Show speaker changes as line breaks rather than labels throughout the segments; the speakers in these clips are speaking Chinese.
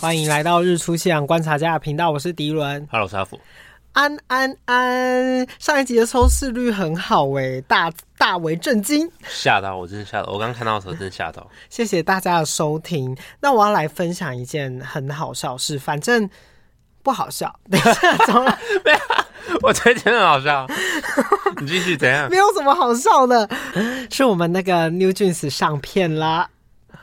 欢迎来到日出夕阳观察家的频道，我是迪伦。
Hello，沙福，
安安安，上一集的收视率很好诶、大大为震惊。
吓到我，真的吓到！我刚看到的时候真的吓到。
谢谢大家的收听。那我要来分享一件很好笑的事，反正不好笑， 等一下怎么
我觉得真的很好笑。 你继续怎样
没？有什么好笑的？是我们那个 New Jeans 上片啦、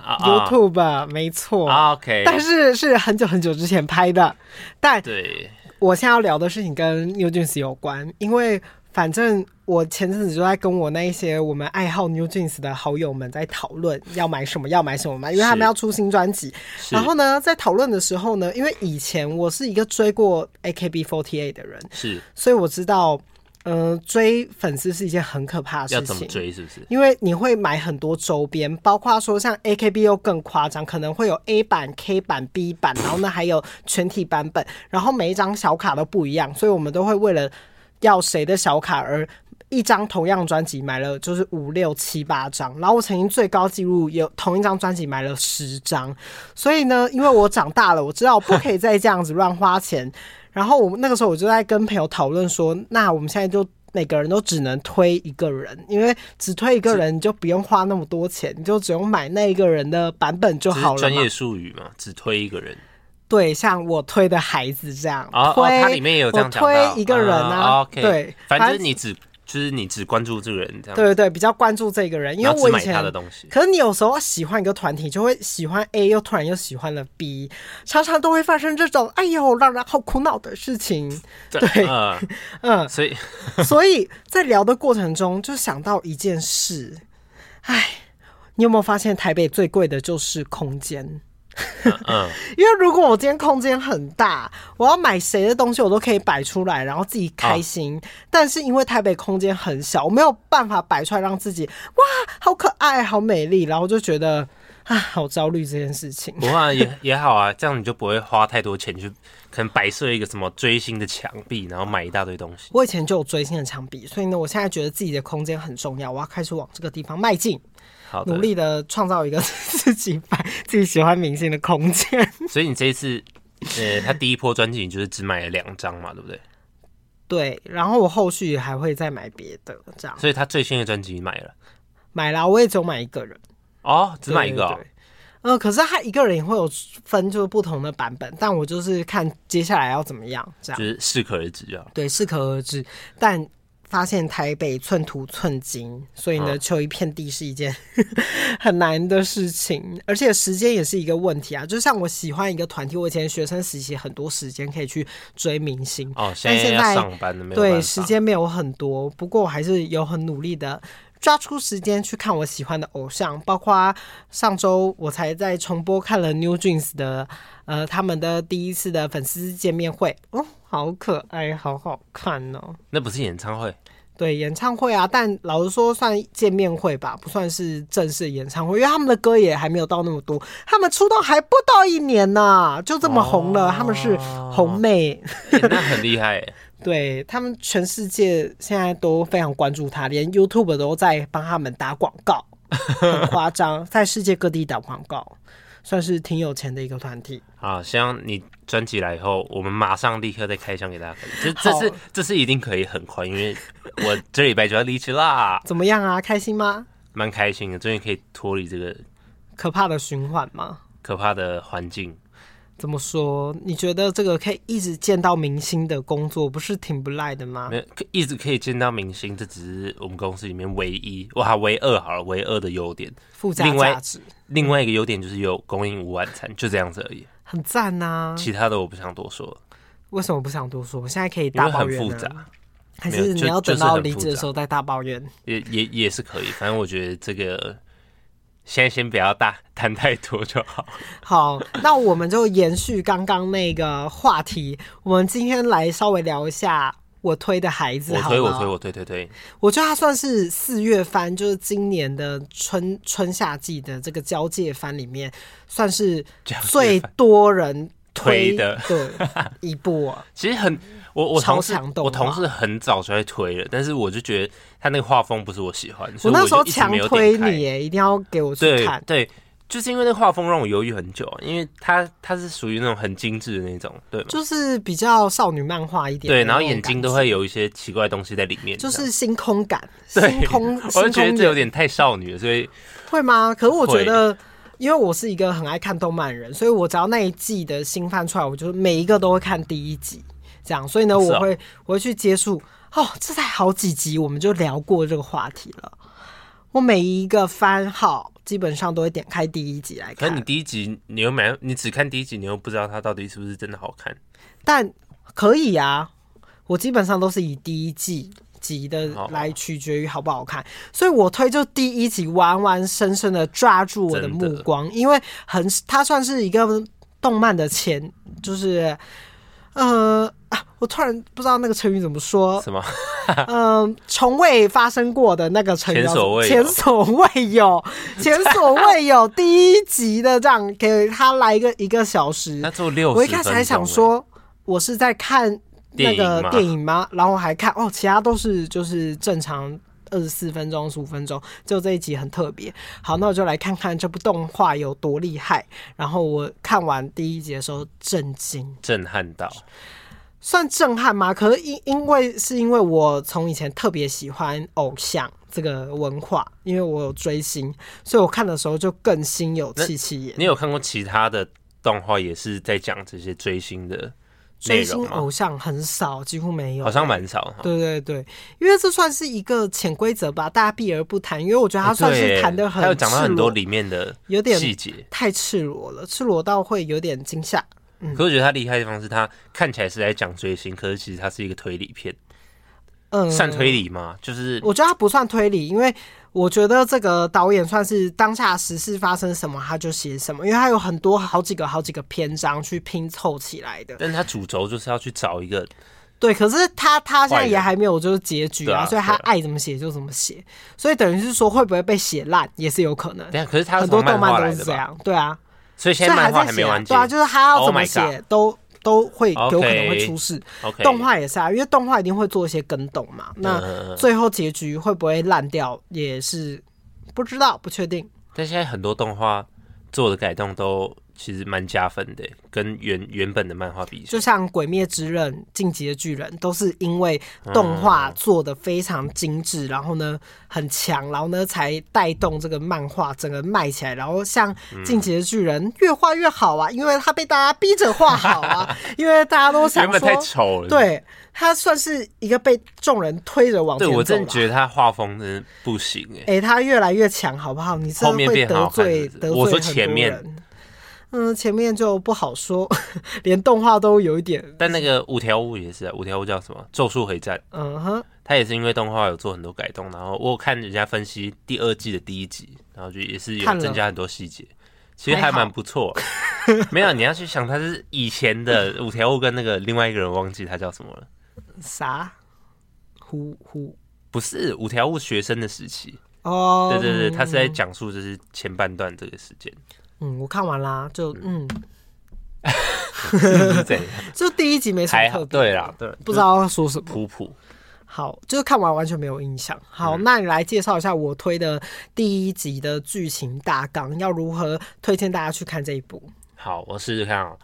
啊
y o u t u b e 没错。
啊，OK。
但是是很久很久之前拍的，但
对，
我现在要聊的事情跟 New Jeans 有关，因为反正我前阵子就在跟我那一些我们爱好 New Jeans 的好友们在讨论要买什么，要买什么嘛，因为他们
是
要出新专辑。
是
然后呢，在讨论的时候呢，因为以前我是一个追过 AKB48 的人，
是
所以我知道，呃，追粉丝是一件很可怕的
要
事
怎么
情。
追？是不是？
因为你会买很多周边，包括说像 AKB 又更夸张，可能会有 A 版、K 版、B 版，然后呢还有全体版本，然后每一张小卡都不一样，所以我们都会为了要谁的小卡而。一张同样专辑买了就是五六七八张，然后我曾经最高纪录有同一张专辑买了十张，所以呢，因为我长大了，我知道我不可以再这样子乱花钱， 然后我们那个时候我就在跟朋友讨论说，那我们现在就每个人都只能推一个人，因为只推一个人你就不用花那么多钱，你就只用买那一个人的版本就
这是
好了
专
嘛
业。术语嘛，只推一个人。
对，像我推的孩子这样，
哦哦，
推
它里面也有这样
我
讲到
推一个人
啊
啊，
，OK。
对，
反正你只就是你只关注这个人这样。
对对对，比较关注这个人，因
然
为
后
我
只
以
买
前
他的东西。
可是你有时候喜欢一个团体，就会喜欢 A，又突然又喜欢了 B，常常都会发生这种哎呦让人好苦恼的事情。对
嗯
嗯，
所以
所以在聊的过程中就想到一件事，哎，你有没有发现台北最贵的就是空间？
嗯，
因为如果我今天空间很大，我要买谁的东西我都可以摆出来，然后自己开心。但是因为台北空间很小，我没有办法摆出来让自己哇好可爱、好美丽，然后就觉得啊好焦虑这件事情。
不过啊也也好啊，这样你就不会花太多钱去可能摆设一个什么追星的墙壁，然后买一大堆东西。
我以前就有追星的墙壁，所以呢，我现在觉得自己的空间很重要，我要开始往这个地方迈进，
好的
努，力的创造一个自己摆自己喜欢明星的空间。
所以你这一次，呃，他第一波专辑你就是只买了两张嘛，对不对？
对，然后我后续还会再买别的，这样
所以他最新的专辑你买了
买啦，我也只有买一个人。
哦，只买一个、
对
哦
对，对呃，可是他一个人也会有分，就是不同的版本，但我就是看接下来要怎么样，这样
就是适可而止啊。
对，适可而止。但发现台北寸土寸金，所以呢，
嗯
求一片地是一件 很难的事情，而且时间也是一个问题啊。就像我喜欢一个团体，我以前学生时期很多时间可以去追明星，
哦，
但
现
现
要
在
上班了，没有办法
对，时间没有很多，不过我还是有很努力的抓出时间去看我喜欢的偶像，包括上周我才在重播看了 New Jeans 的呃他们的第一次的粉丝见面会，哦，好可爱，好好看哦。
那不是演唱会，
对演唱会啊，但老实说算见面会吧，不算是正式演唱会，因为他们的歌也还没有到那么多，他们出道还不到一年呢、就这么红了，他们是红妹。
欸那很厉害欸。
对他们，全世界现在都非常关注他，连 YouTube 都在帮他们打广告，很夸张，在世界各地打广告，算是挺有钱的一个团体。
啊，希望你专辑来以后，我们马上立刻再开箱给大家看。这这是
好
这是一定可以很快，因为我这礼拜就要离职啦，
怎么样啊？开心吗？
蛮开心的，终于可以脱离这个
可怕的循环吗？
可怕的环境。
怎么说？你觉得这个可以一直见到明星的工作，不是挺不赖的吗
没？有可一直可以见到明星，这只是我们公司里面唯一哇唯二好了，唯二的优点。
附加
另外
价值
另外一个优点就是有供应午晚餐，就这样子而已。
很赞呐、
其他的我不想多说了，
为什么不想多说？我现在可以
因
大
为
抱
很
怨、
复
啊、
杂，
还
没
是
有
你
就
要
就
等
是
到
很
离
复
职的
杂
时候再大抱怨？
也也也是可以。反正我觉得这个现在先不要大谈太多就好。
好，那我们就延续刚刚那个话题，我们今天来稍微聊一下我推的孩子
我
好
推
了。
我推我推推推，
我觉得它算是四月番，就是今年的春春夏季的这个交界番里面，算是
交界番
最多人
推
推
的
对一部、啊。
其实很我我
超
同事
强动
我
画
同事很早就在推了，但是我就觉得他那个画风不是我喜欢，所
我
以
那时候
就一直
强
没有
推
点开。
你耶，一定要给我去
对
看。
对，就是因为那个画风让我犹豫很久，因为他他是属于那种很精致的那种，对吗？
就是比较少女漫画一点的那
对，
种感觉，
然后眼睛都会有一些奇怪的东西在里面，
就是星空感，
这样
星空
对，， 我就
星
觉得
空
这有
眼
点太少女了，所以
会吗？可是我觉
会
得，因为我是一个很爱看动漫的人，所以我只要那一季的新番出来，我就是每一个都会看第一集，这样，所以呢，
是哦
我会我会去接触。哦，这才好几集我们就聊过这个话题了。我每一个番号基本上都会点开第一集来
可
看
是你，第一集你又买，你只看第一集，你又不知道它到底是不是真的好看。
但可以啊，我基本上都是以第一季集的
好
来取决于好不好看，所以我推就第一集完完深深的抓住我的
真
目
的
光，因为很它算是一个动漫的前，就是呃啊，我突然不知道那个成语怎么说，
什么？
嗯，从未发生过的那个成语叫什么，前
前
所未有，前所未有，第一集的这样给他来一个一个小 时
他，做六十，
我一开始还想，说，我是在看那个
欸电影吗
电影吗？然后我还看哦，其他都是就是正常二十四分钟、十五分钟，就这一集很特别。好，那我就来看看这部动画有多厉害。然后我看完第一集的时候震惊，
震撼到，
算震撼吗？可是因因为是因为我从以前特别喜欢偶像这个文化，因为我有追星，所以我看的时候就更心有戚戚焉。
你有看过其他的动画也是在讲这些追星的内
追星
容吗？
偶像很少，几乎没有，
好像蛮少哈。
对对对，因为这算是一个潜规则吧，大家避而不谈。因为我觉得他算是
哎对
谈的很，
他有讲到很多，里面的
有点
细节。
太赤裸了，赤裸到会有点惊吓。
可我觉得他厉害的地方是他看起来是在讲追星，可是其实它是一个推理片，
嗯，
算推理吗？就是
我觉得他不算推理，因为我觉得这个导演算是当下时事发生什么他就写什么，因为他有很多好几个好几个篇章去拼凑起来的。
但是它主轴就是要去找一个，
对，可是他他现在
坏人
也还没有就是结局
对
啊，
啊
所以他
对啊
爱怎么写就怎么写，所以等于是说会不会被写烂也是有可能。
等一下可啊是它
很多
从
动
漫画
漫都
来
是
的
这
吧？
样，对啊。
所以现
所以
在漫画
在
还
写
没
啊、
完结
对，啊，就是他要
Oh
怎么
my
写、
God
都都会有可能会
OK
出事。
OK
动画也是啊，因为动画一定会做一些跟动嘛，那
嗯
最后结局会不会烂掉也是不知道，不确定。
但现在很多动画做的改动都其实蛮加分的，跟原原本的漫画比起
就
来，
像《鬼灭之刃》《进击的巨人》，都是因为动画做的非常精致，然后呢很强，然后呢才带动这个漫画整个卖起来。然后像
嗯
《进击的巨人》越画越好啊，因为他被大家逼着画好 啊，因为大家都想
原本
说
太丑了。，
对他算是一个被众人推着往前走
对
吧。
我真的觉得他画风真的不行哎，
哎、他越来越强，好不好？你真
后
的
面
会
变
得
好看
罪
是不是
得罪
我说
很多
前面
人。嗯，前面就不好说， 连动画都有一点，
但那个五条悟也是啊，五条悟叫什么？咒术回战，
嗯哼，
他也是因为动画有做很多改动，然后我有看人家分析第二季的第一集，然后就也是有
看了
增加很多细节，其实
还好
还蛮不错。 没有，你要去想，他是以前的五条悟跟那个另外一个人忘记他叫什么了，
啥？呼呼
不是五条悟学生的时期，
哦，
对对对，
嗯
他是在讲述就是前半段这个时 间
嗯，我看完啦，就嗯，
是怎样，
就第一集没什么
还
特
好，
别，
对啦，对，
不知道要说什么。
普普，
好，就是看完完全没有印象。好，
嗯
那你来介绍一下我推的第一集的剧情大纲，要如何推荐大家去看这一部？
好，我试试看哦。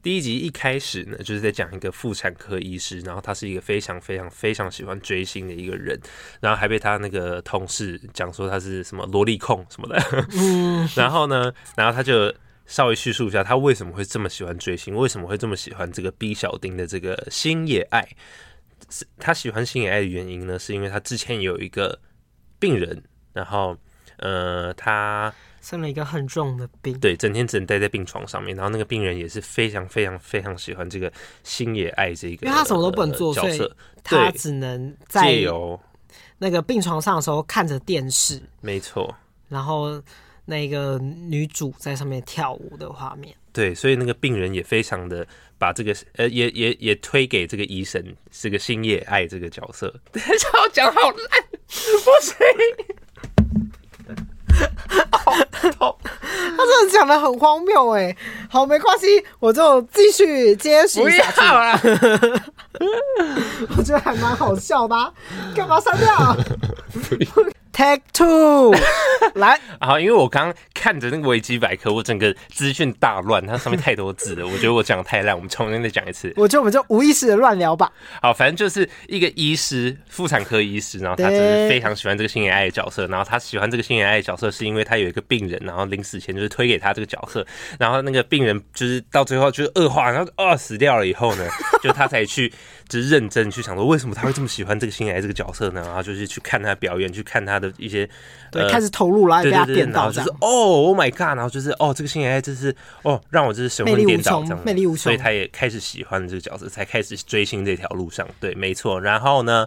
第一集一开始呢，就是在讲一个妇产科医师，然后他是一个非常非常非常喜欢追星的一个人，然后还被他那个同事讲说他是什么萝莉控什么的。 然后呢，然后他就稍微叙述一下他为什么会这么喜欢追星，为什么会这么喜欢这个 B 小丁的这个星野爱。是他喜欢星野爱的原因呢，是因为他之前有一个病人，然后呃，他
生了一个很重的病，
对，整天只能待在病床上面。然后那个病人也是非常非常非常喜欢这个星野爱这个，
因为他什么都不能做
呃角
所以
色，
他
对，
只能在
借由
那个病床上的时候看着电视，
没错，
然后那个女主在上面跳舞的画面。
对，所以那个病人也非常的把这个呃，也也也推给这个医生，这个星野爱这个角色。等一下我讲好烂，不行，
他真的讲的很荒谬欸哎、好，没关系，我就继续接续
不
下去。
要啦。
觉得还蛮好笑的、啊，干嘛删 掉啊？Take two，来，
啊，因为我刚看着那个维基百科，我整个资讯大乱，它上面太多字了，我觉得我讲得太烂，我们重新再讲一次。
我觉得我们就无意识的乱聊吧。
好，反正就是一个医师，妇产科医师，然后他就是非常喜欢这个星野爱的角色，然后他喜欢这个星野爱的角色是因为他有一个病人，然后临死前就是推给他这个角色，然后那个病人就是到最后就是恶化，然后哦死掉了以后呢，就他才去就是认真去想说为什么他会这么喜欢这个星野爱这个角色呢？然后就是去看他的表演，去看他的一些
对，开始投入了，
对
啊被他
呃对对，
电
然后
到
就
这
是
样
哦。，Oh my god，然后就是哦，这个星野爱真是哦，让我就是神
魅
魂
力
颠
无
倒
穷
这样，
魅力无
所以
穷
他也开始喜欢这个角色，才开始追星这条路上，对，没错。然后呢，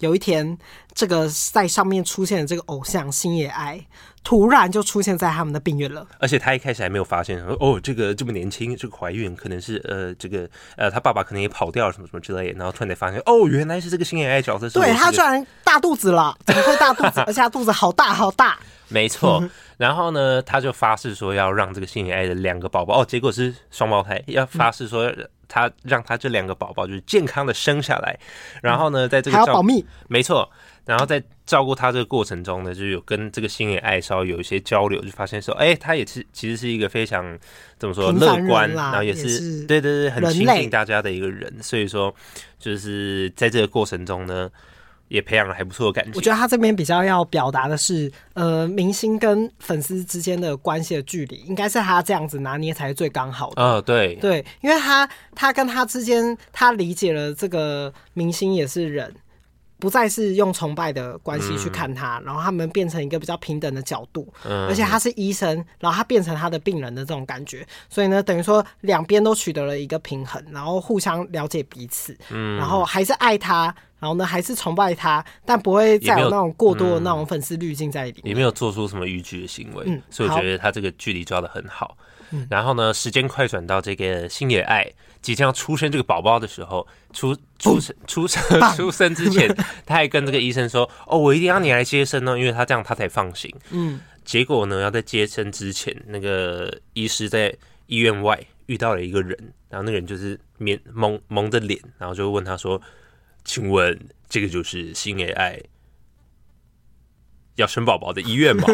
有一天，这个在上面出现的这个偶像星野爱，突然就出现在他们的病院了。
而且他一开始还没有发现，说哦，这个这么年轻，这个怀孕可能是呃，这个呃，他爸爸可能也跑掉了什么什么之类的，然后突然才发现，哦，原来是这个星野爱角色，是我
对
这
他
个
居然大肚子 了，怎么会大肚子？而且他肚子好大好大。
没 错。然后呢，他就发誓说要让这个星野爱的两个宝宝，哦，结果是双胞胎，要发誓说他让他这两个宝宝就是健康的生下来。然后呢，在这个
还要
照
保密，
没错。然后在照顾他这个过程中呢，就是有跟这个星野爱稍微有一些交流，就发现说，哎、他也是其实是一个非常怎么说
平
乐
凡人
观，
啦
然后也
也
是
是
对对对，很
人
亲
类
近大家的一个人。所以说，就是在这个过程中呢，也培养了还不错的感情。
我觉得他这边比较要表达的是，呃，明星跟粉丝之间的关系的距离，应该是他这样子拿捏才是最刚好的。
啊、对，
对，因为他他跟他之间，他理解了这个明星也是人，不再是用崇拜的关系去看他，然后他们变成一个比较平等的角度，
嗯
而且他是医生，然后他变成他的病人的这种感觉，所以呢，等于说两边都取得了一个平衡，然后互相了解彼此，
嗯
然后还是爱他。然后呢，还是崇拜他，但不会再
也没有
有
嗯
那种过多的那种粉丝滤镜在里面。
也没有做出什么逾矩的行为，
嗯
所以我觉得他这个距离抓得很好。然后呢，时间快转到这个星野爱即将要出生这个宝宝的时候，出出生出生 出生之前，他还跟这个医生说：“哦，我一定要你来接生哦，因为他这样他才放心。”嗯，结果呢，要在接生之前，那个医师在医院外遇到了一个人，然后那个人就是面蒙蒙着脸，然后就问他说：“请问这个就是星野爱要生宝宝的医院吗？”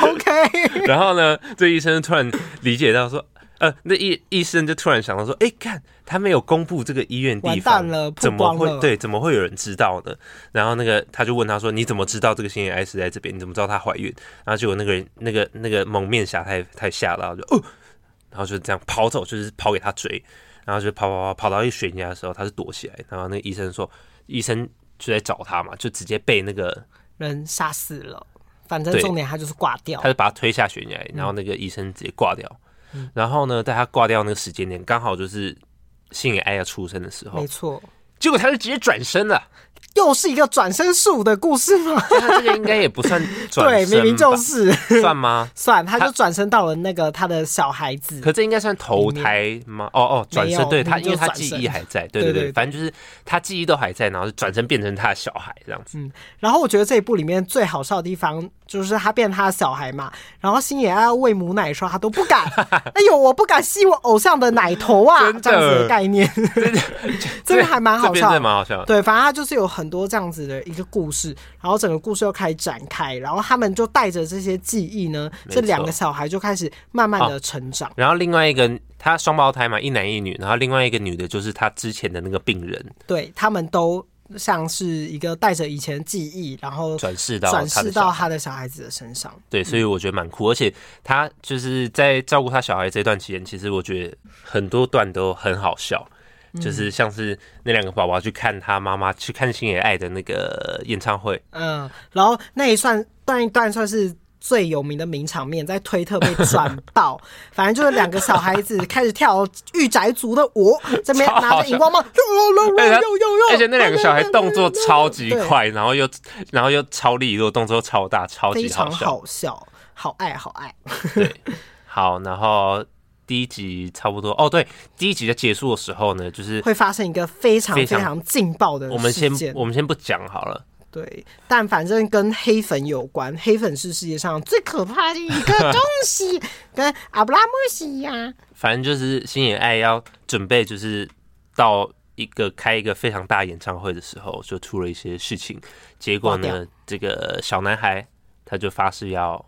OK，
然后呢，这医生突然理解到说，呃，那医医生就突然想到说，哎、看他没有公布这个医院地方，
完蛋了曝
怎么
光
会
了
对？怎么会有人知道呢？然后那个他就问他说，你怎么知道这个心理爱是在这边？你怎么知道她怀孕？然后结果那个人那个那个蒙面侠太太吓到，就哦，然后就这样跑走，就是跑给他追，然后就跑跑跑跑到一个悬崖的时候，他是躲起来，然后那个医生说，医生就在找他嘛，就直接被那个
人杀死了，反正
对
重点他就是挂掉
他。就把他推下悬崖，
嗯
然后那个医生直接挂掉。然后呢，在他挂掉那个时间点，刚好就是星野爱要出生的时候
没，错，
结果他就直接转身了。
又是一个转身术的故事吗？
他这个应该也不算 转
对，
身吧，
明明就是。
算吗？
算，他就转身到了那个他的小孩子。
可这应该算投胎吗？哦哦，转
没
身，
有
对他，
你
因
就
为他
转
记
身
忆还在，对
对
对，
对
反正就是他记忆都还在，然后就转身变成他的小孩这样子。
然后我觉得这一部里面最好笑的地方就是他变他的小孩嘛，然后星野爱喂母奶的时候他都不敢， 哎呦，我不敢吸我偶像的奶头啊，
真的
这样子的概 念， 这个还蛮
这
好
边
笑的
真的。蛮好笑的。
对，反正他就是有很多这样子的一个故事，然后整个故事又开始展开，然后他们就带着这些记忆呢，
没错
这
啊
两个小孩就开始慢慢的成长。
然后另外一个他双胞胎嘛，一男一女，然后另外一个女的就是他之前的那个病人
对他们都像是一个带着以前的记忆，然后
转世到
转
他的
世
小孩
到他的小孩子的身上。
对，所以我觉得蛮酷，而且他就是在照顾他小孩这段期间，其实我觉得很多段都很好笑，就是像是那两个宝宝去看他妈妈去看星野爱的那个演唱会，
嗯，然后那一算段一段算是。最有名的名场面在推特被转 爆，反正就是两个小孩子开始跳御宅族的舞，这边
超好
拿着荧光棒，哦呦呦呦
而且哎他
呦呦呦，
而且那两个小孩动作超级
对
快，然后又然后又超利落，动作超大，超
非
级
常
好笑。
好笑，好爱好爱。
好，然后第一集差不多哦，对，第一集在结束的时候呢，就是
会发生一个非常
非
非
常
常劲爆的
我们
事
先
件。
我们先不讲好了。
对，但反正跟黑粉有关，黑粉是世界上最可怕的一个东西，跟阿布拉莫西呀、
反正就是星野爱要准备就是到一个开一个非常大演唱会的时候，就出了一些事情，结果
挂
呢，这个小男孩他就发誓要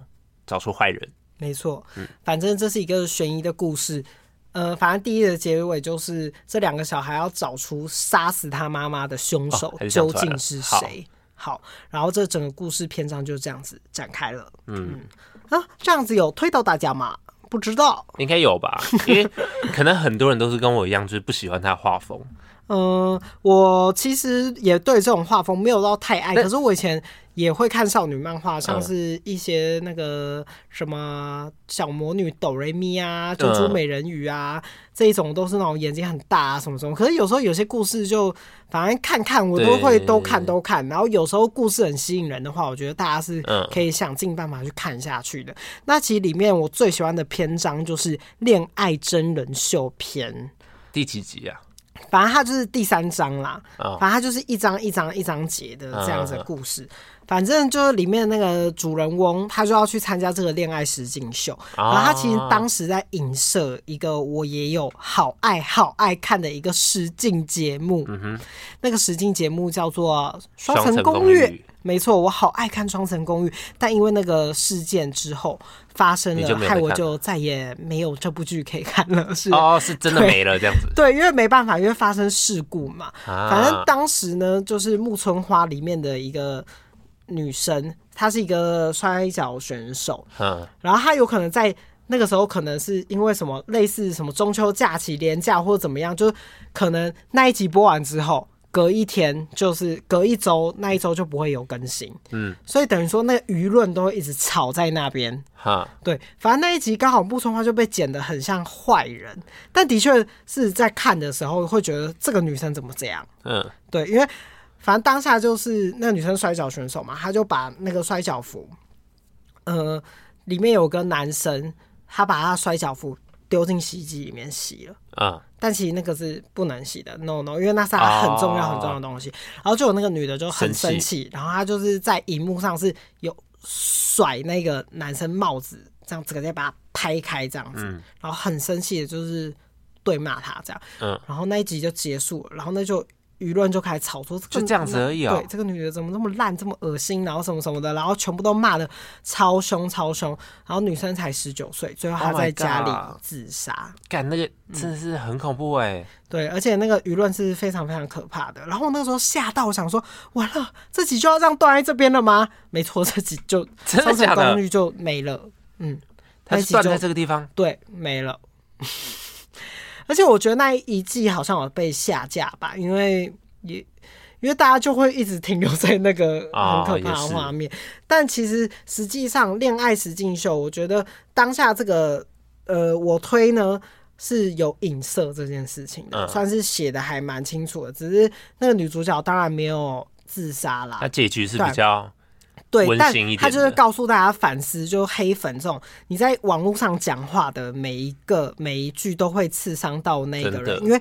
找出坏人，
没错，
嗯
反正这是一个悬疑的故事。呃，反正第一的结尾就是这两个小孩要找出杀死他妈妈的凶手
哦还是想
究
出来了
竟是谁。好，然后这整个故事篇章就这样子展开了。嗯啊，这样子有推到大家吗？不知道。
应该有吧？ 因为可能很多人都是跟我一样，就是不喜欢他画风，
嗯，我其实也对这种画风没有到太爱，可是我以前也会看少女漫画，
嗯
像是一些那个什么小魔女哆瑞咪啊、
嗯
珍珠美人鱼啊、这一种，都是那种眼睛很大啊什么什么。可是有时候有些故事就反正看看我都会
对
都看都看，然后有时候故事很吸引人的话，我觉得大家是
嗯
可以想尽办法去看下去的。那其实里面我最喜欢的篇章就是恋爱真人秀篇。
第几集啊？
反正它就是第三章啦，
哦嗯
反正它就是一章一章一章节的这样子的故事。反正就是里面那个主人翁，他就要去参加这个恋爱实境秀，然
哦
后他其实当时在影射一个我也有好爱好爱看的一个实境节目，
嗯
那个实境节目叫做《双
双
层
层
公
公
寓》
寓
没错，我好爱看《双层公寓》，但因为那个事件之后发生
你
了，
就没有
害
再
我
看
就再也没有这部剧可以看了，是
哦，是真的没了这样子
对，因为没办法，因为发生事故嘛。
啊？
反正当时呢，就是木村花里面的一个女生，她是一个摔跤选手，
嗯，
然后她有可能在那个时候，可能是因为什么类似什么中秋假期连假或者怎么样，就是可能那一集播完之后。隔一天就是隔一周，那一周就不会有更新，
嗯，
所以等于说那个舆论都会一直吵在那边，
哈，
对，反正那一集刚好木村花就被剪得很像坏人，但的确是在看的时候会觉得这个女生怎么这样？
嗯，
对，因为反正当下就是那个女生摔跤选手嘛，她就把那个摔跤服，呃，里面有个男生，他把他摔跤服丢进洗衣机里面洗了。
嗯，
但其实那个是不能洗的，no no，因为那是他很重要
哦
很重要的东西。然后就有那个女的就很生
生
气，然后她就是在荧幕上是有甩那个男生帽子，这样直接把他拍开这样子，然后很生气的就是对骂他这样。
嗯，
然后那一集就结束了，然后那就。舆论就开始吵说，这个
就这样子而已哦
对，这个女的怎么那么烂，这么恶心，然后什么什么的，然后全部都骂的超凶超凶，然后女生才十九岁，最后她
Oh my
在家里
God
自杀。
干那个真的是很恐怖哎，
对，而且那个舆论是非常非常可怕的。然后我那时候吓到，我想说，完了，这集就要这样断在这边了吗？没错，这集就《
真的
双城
假的
公寓》就没了。嗯，
他
那一
是
集就
断在这个地方，
对没了。而且我觉得那一季好像有被下架吧，因为也因为大家就会一直停留在那个很
哦
可怕
也
的
是
画面。但其实实际上，恋爱实境秀，我觉得当下这个呃，我推呢是有影射这件事情的，
嗯
算是写的还蛮清楚的。只是那个女主角当然没有自杀啦
那，结局是
对
比较
对，
温
但
馨一点的
他就是告诉大家反思，就黑粉这种你在网络上讲话的每一个每一句都会刺伤到那个
真的
人，因为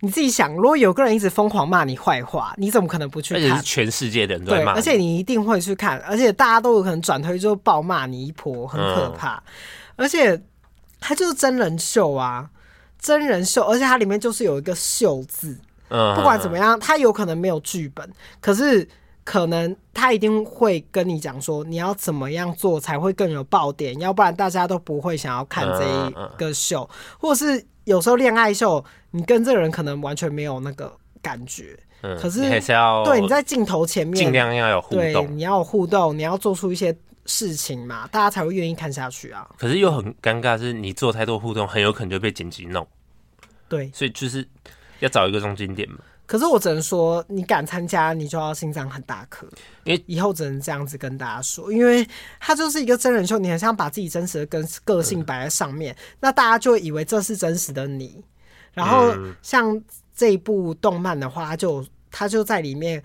你自己想，如果有个人一直疯狂骂你坏话，你怎么可能不去
而且
看
是？全世界的人都
对
在，骂你，
而且你一定会去看，而且大家都有可能转推就暴骂你一波，很
嗯
可怕。而且它就是真人秀啊，真人秀，而且它里面就是有一个“秀”字，
嗯，
不管怎么样，他有可能没有剧本，可是可能他一定会跟你讲说你要怎么样做才会更有爆点，要不然大家都不会想要看这
嗯
一个秀，或者是有时候恋爱秀，你跟这个人可能完全没有那个感觉，
嗯，
可是
你还是要
对，你在镜头前面
尽量要有互
对
动，
你要有互动，你要做出一些事情嘛，大家才会愿意看下去啊。
可是又很尴尬，是你做太多互动，很有可能就被剪辑弄，
对，
所以就是要找一个中间点嘛。
可是我只能说，你敢参加，你就要心脏很大颗。
因为
以后只能这样子跟大家说，因为它就是一个真人秀，你很想把自己真实的跟个性摆在上面，那大家就会以为这是真实的你。然后像这一部动漫的话，它就它就在里面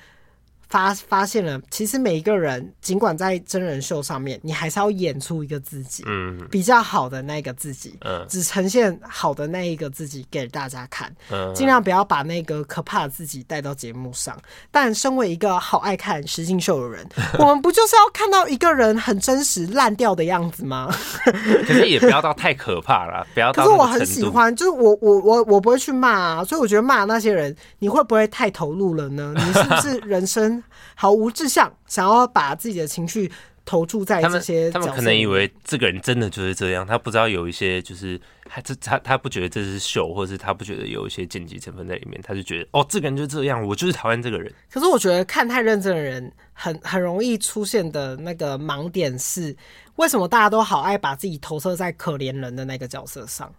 发发现了，其实每一个人，尽管在真人秀上面，你还是要演出一个自己，
嗯
比较好的那个自己，
嗯
只呈现好的那一个自己给大家看，
嗯，
尽量不要把那个可怕的自己带到节目上。但身为一个好爱看实境秀的人， 我们不就是要看到一个人很真实烂掉的样子 吗？
可是也不要到太可怕啦，不要
可
到
是
那个
我很
程
喜
度。
欢，就是我我我我不会去骂啊，所以我觉得骂那些人，你会不会太投入了 呢？你是不是人生毫无志向，想要把自己的情绪投注在
他
这
们
些
他们
角
可
色
能
里
以为这个人真的就是这样，他不知道有一些就是他这他他不觉得这是秀，或者是他不觉得有一些剪辑成分在里面，他就觉得哦，这个人就这样，我就是讨厌这个人。
可是我觉得看太认真的人很，很容易出现的那个盲点是，为什么大家都好爱把自己投射在可怜人的那个角色上？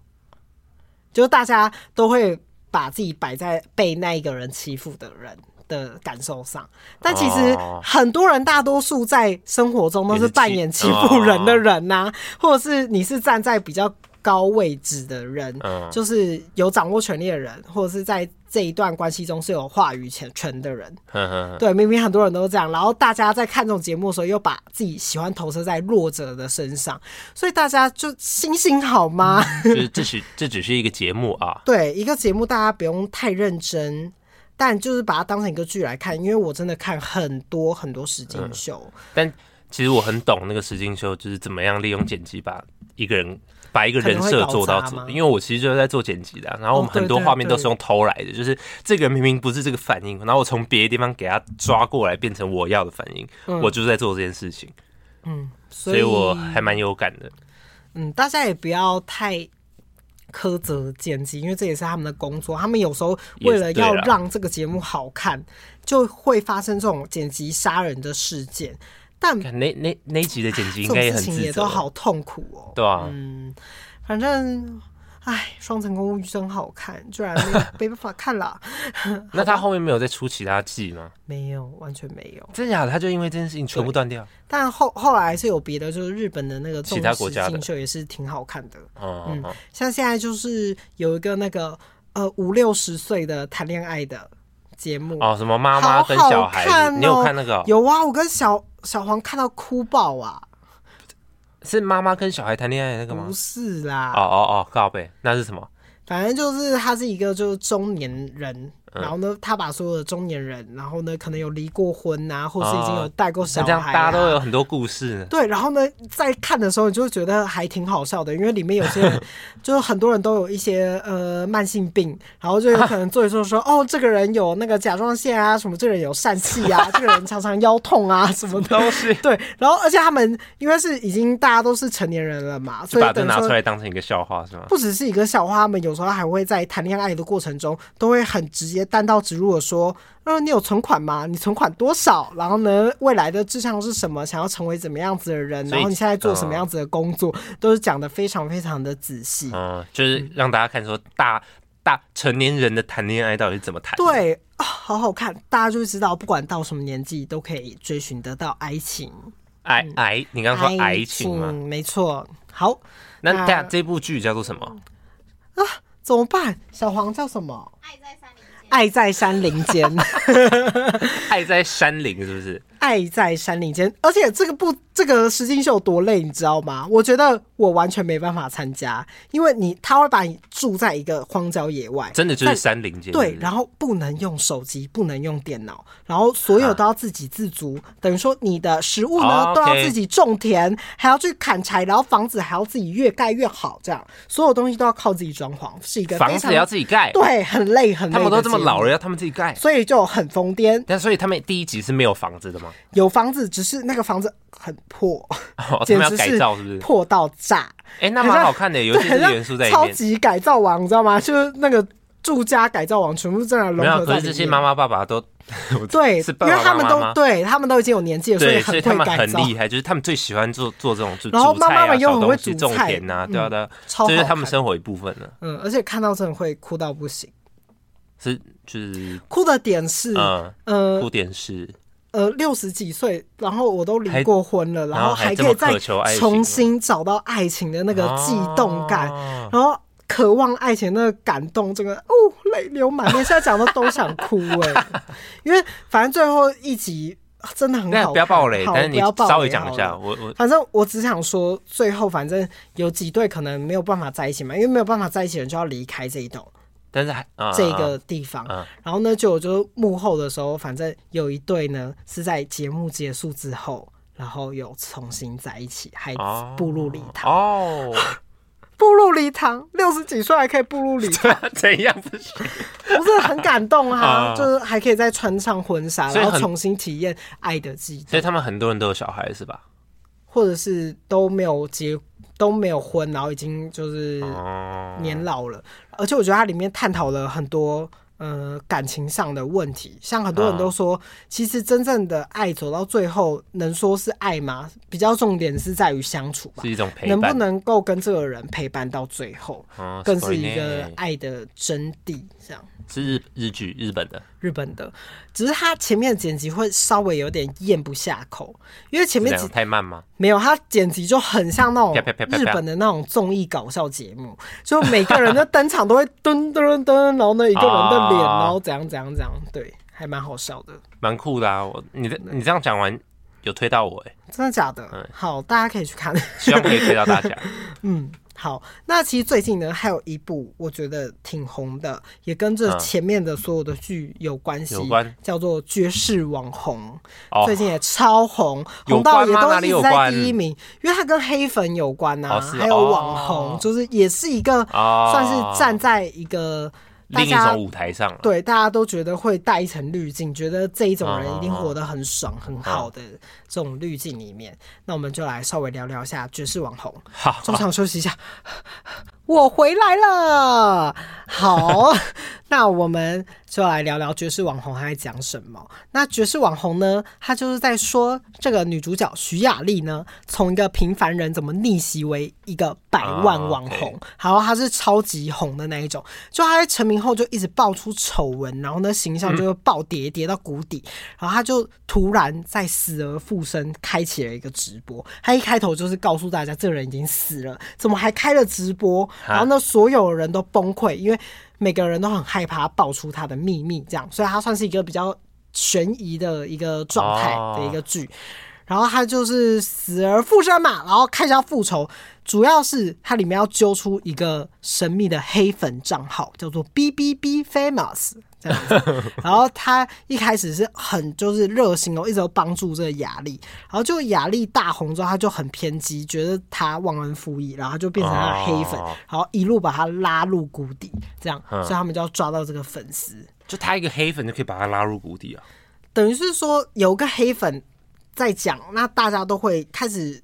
就是大家都会把自己摆在被那一个人欺负的人的感受上，但其实
哦
很多人大多数在生活中都
也是
是
欺
扮演欺负人的人呐、或者是你是站在比较高位置的人，
嗯
就是有掌握权力的人，或者是在这一段关系中是有话语权权的人。
嗯哼哼哼，
对，明明很多人都这样，然后大家在看这种节目的时候，又把自己喜欢投射在弱者的身上，所以大家就心情好吗？
就是这是这只是一个节目 啊，
对，一个节目大家不用太认真。但就是把它当成一个剧来看，因为我真的看很多很多实
嗯
境秀，
但其实我很懂那个石境秀，就是怎么样利用剪辑把一个人把一个人设做到
可能会搞砸吗
怎，因为我其实就是在做剪辑的啊、然后我
哦
们
对
很多画面都是用偷来的，就是这个人明明不是这个反应，然后我从别的地方给他抓过来变成我要的反应，我就是在做这件事情，
嗯所
所以我还蛮有感的。
嗯，大家也不要太苛责剪辑，因为这也是他们的工作。他们有时候为了
也对啦
要
啊
让这个节目好看，就会发生这种剪辑杀人的事件。但
看那那那一集的剪
这
辑应
种
该也
事
很
情
自
也都
责，
好痛苦哦。
对啊，
反正，唉，《双层公寓》真好看，居然没没办法 看了。
那他后面没有再出其他季吗？
没有，完全没有。
真假的，他就因为这件事情全部断掉。
但后后来是有别的，就是日本的那个
其他国家的
进秀也是挺好看的。
哦、
嗯
嗯，哦
像现在就是有一个那个呃五六十岁的谈恋爱的节目，
哦，什么妈妈跟小孩子，
好好看哦
你有看那个哦、
有啊，我跟小小黄看到哭爆啊！
是妈妈跟小孩谈恋爱的那个吗
不？是啦，
哦哦哦，告白那是什么？
反正就是他是一个就是中年人，
嗯
然后呢，他把所有的中年人，然后呢，可能有离过婚啊，或是已经有带过小
哦那这
孩、
样
啊，
大家都有很多故事呢。
对，然后呢，在看的时候，你就会觉得还挺好笑的，因为里面有些 人，就是很多人都有一些呃慢性病，然后就有可能做一做说，哦，这个人有那个甲状腺啊，什么，这个人有疝气啊，这个人常常腰痛啊，什么的。
都是
对，然后而且他们因为是已经大家都是成年人了嘛，所
就把
以
这
等于
拿出
说
来当成一个笑话是吗？
不只是一个笑话，他们有时候还会在谈恋爱的过程中，都会很直接单刀直入的说，嗯、你有存款吗？你存款多少？然后呢，未来的志向是什么？想要成为怎么样子的人？
所以啊
然后你现在做什么样子的工作？都是讲的非常非常的仔细。
嗯，就是让大家看说大大成年人的谈恋爱到底是怎么谈。，
对、啊好好看，大家就会知道，不管到什么年纪都可以追寻得到爱情。
癌癌，你刚刚说癌情吗？
没错。好，
那
那嗯
大家这部剧叫做什么？
怎么办？小黄叫什么？
爱在山林间。
爱在山林间。
爱在山林是不是？
爱在山林间，而且这个不，这个实境秀有多累，你知道吗？我觉得我完全没办法参加，因为你他会把你住在一个荒郊野外，
真的就是山林间。
对，
后
然后不能用手机，不能用电脑，然后所有都要自给自足，等于说你的食物呢、
哦，OK
都要自己种田，还要去砍柴，然后房子还要自己越盖越好，这样所有东西都要靠自己装潢，是一个
房
非
子
常
也要自己盖，
对很累很累，
他们都这么老了，，要他们自己盖。
所以就很疯癫，
但所以他们第一集是没有房子的吗？
有房子只是那个房子很破。
哦，他
简
们要
直
改造是不是？
破到炸，
哎、那蛮好看的，有一
对，
些这
很
个
像
元素在里
超
面。
级改造王，你知道吗？就是那个住家改造王，全部这样
没
融
有啊，
合
可
在
是这
里
些
面。
妈妈爸爸都
对，
是爸
因
爸
为他们
妈
都
妈吗
对他们都已经有年纪了，所
对，所
很
以他
会
们
改
很
造。
厉害，就是他们最喜欢做做这种就
然后
煮菜
妈妈
啊、
们
小
又很
东
会
西、
煮
种
菜嗯
田呐、啊，对啊对啊，
超
这是
好
他们
看
生活一部分了。
嗯，而且看到真的会哭到不行。
是就是
哭的点是，
嗯，
呃
哭点是
呃，六十几岁，然后我都离
还
过婚了，
然后
后
还
还
这
可以
么渴
再
求爱情
重
吗
新找到爱情的那
那
个悸动感，
哦、
然后渴望爱情的那个感动，这个哦，泪流满面，现在讲的都想哭哎、 因为反正最后一集真的很
那
好看，
不要爆雷，
好
但是你
不要爆
稍微
雷
讲一
好
下，
了
我我
反正我只想说，最后反正有几对可能没有办法在一起嘛，因为没有办法在一起的人就要离开这一栋、
但是还啊
这个地方。
啊
然后呢，就我就幕后的时候，反正有一对呢是在节目结束之后，然后有重新在一起，还
哦
步入礼堂。
哦，
步入礼堂，六十几岁还可以步入礼堂，
啊怎样 不是？
我真的很感动啊！
啊
就是还可以再穿上婚纱，
所
然
以
后
很
重新体验爱的悸
所
动
以，他们很多人都有小孩是吧？
或者是都没有结都没有婚，然后已经就是
哦，
年老了，而且我觉得它里面探讨了很多呃感情上的问题，像很多人
啊
都说，其实真正的爱走到最后，能说是爱吗？比较重点是在于相处吧
是，一种陪
能
伴，
不能够跟这个人陪伴到最后，
哦
更是一
所以
个
呢
爱的真谛。这样，
是日日剧日本的
日本的，只是它前面的剪辑会稍微有点咽不下口，因为前
是这
面
样
几
太慢吗？
没有，它剪辑就很像那种
啪啪啪啪啪
日本的那种综艺搞笑节目，就每个人的登场都会噔噔噔，然后呢一个人的脸，
啊
然后怎样怎样怎样，对，还蛮好笑的，
蛮酷的啊！我你的你这样讲完有推到我哎、
真的假的
嗯？
好，大家可以去看。
希望可以推 到大家。
嗯，好，那其实最近呢还有一部我觉得挺红的，也跟这
嗯
前面的所有的剧有关系，
有关
叫做《绝世网红》。
哦
最，近也超红，
有
红到也
关吗
都
哪里
一直
有
在
关
第一名，因为它跟黑粉有关呐、
哦是
还有网红，
哦
就是也是一个
哦
算是站在一个大
另一
家
种舞台上了，
对大家都觉得会带一层滤镜，觉得这一种人一定
哦哦哦
活得很爽很
哦
好的这种滤镜里面，那我们就来稍微聊聊一下爵士网红。
好，
中场休息一下，我回来了。好， 那我们就来聊聊爵士网红他在讲什么。那爵士网红呢，他就是在说这个女主角徐雅丽呢，从一个平凡人怎么逆袭为一个百
啊
万网红，然后她是超级红的那一种。就她在成名后就一直爆出丑闻，然后呢形
嗯
象就会暴跌，跌到谷底。然后他就突然在死而复生，开启了一个直播。他一开头就是告诉大家，这个人已经死了，怎么还开了直播？然后呢，所有人都崩溃，因为每个人都很害怕爆出他的秘密，这样，所以他算是一个比较悬疑的一个状态
哦
的一个剧。然后他就是死而复生嘛，然后开始要复仇，主要是它里面要揪出一个神秘的黑粉账号，叫做 B B B Famous 这样 子。然后他一开始是很就是热心哦，一直有帮助这个雅丽。然后就雅丽大红之后，他就很偏激，觉得他忘恩负义，然后他就变成他的黑粉，
哦
然后一路把他拉入谷底，这样，
嗯
所以他们就要抓到这个粉丝。
就他一个黑粉就可以把他拉入谷底啊！
等于是说有个黑粉在讲，那大家都会开始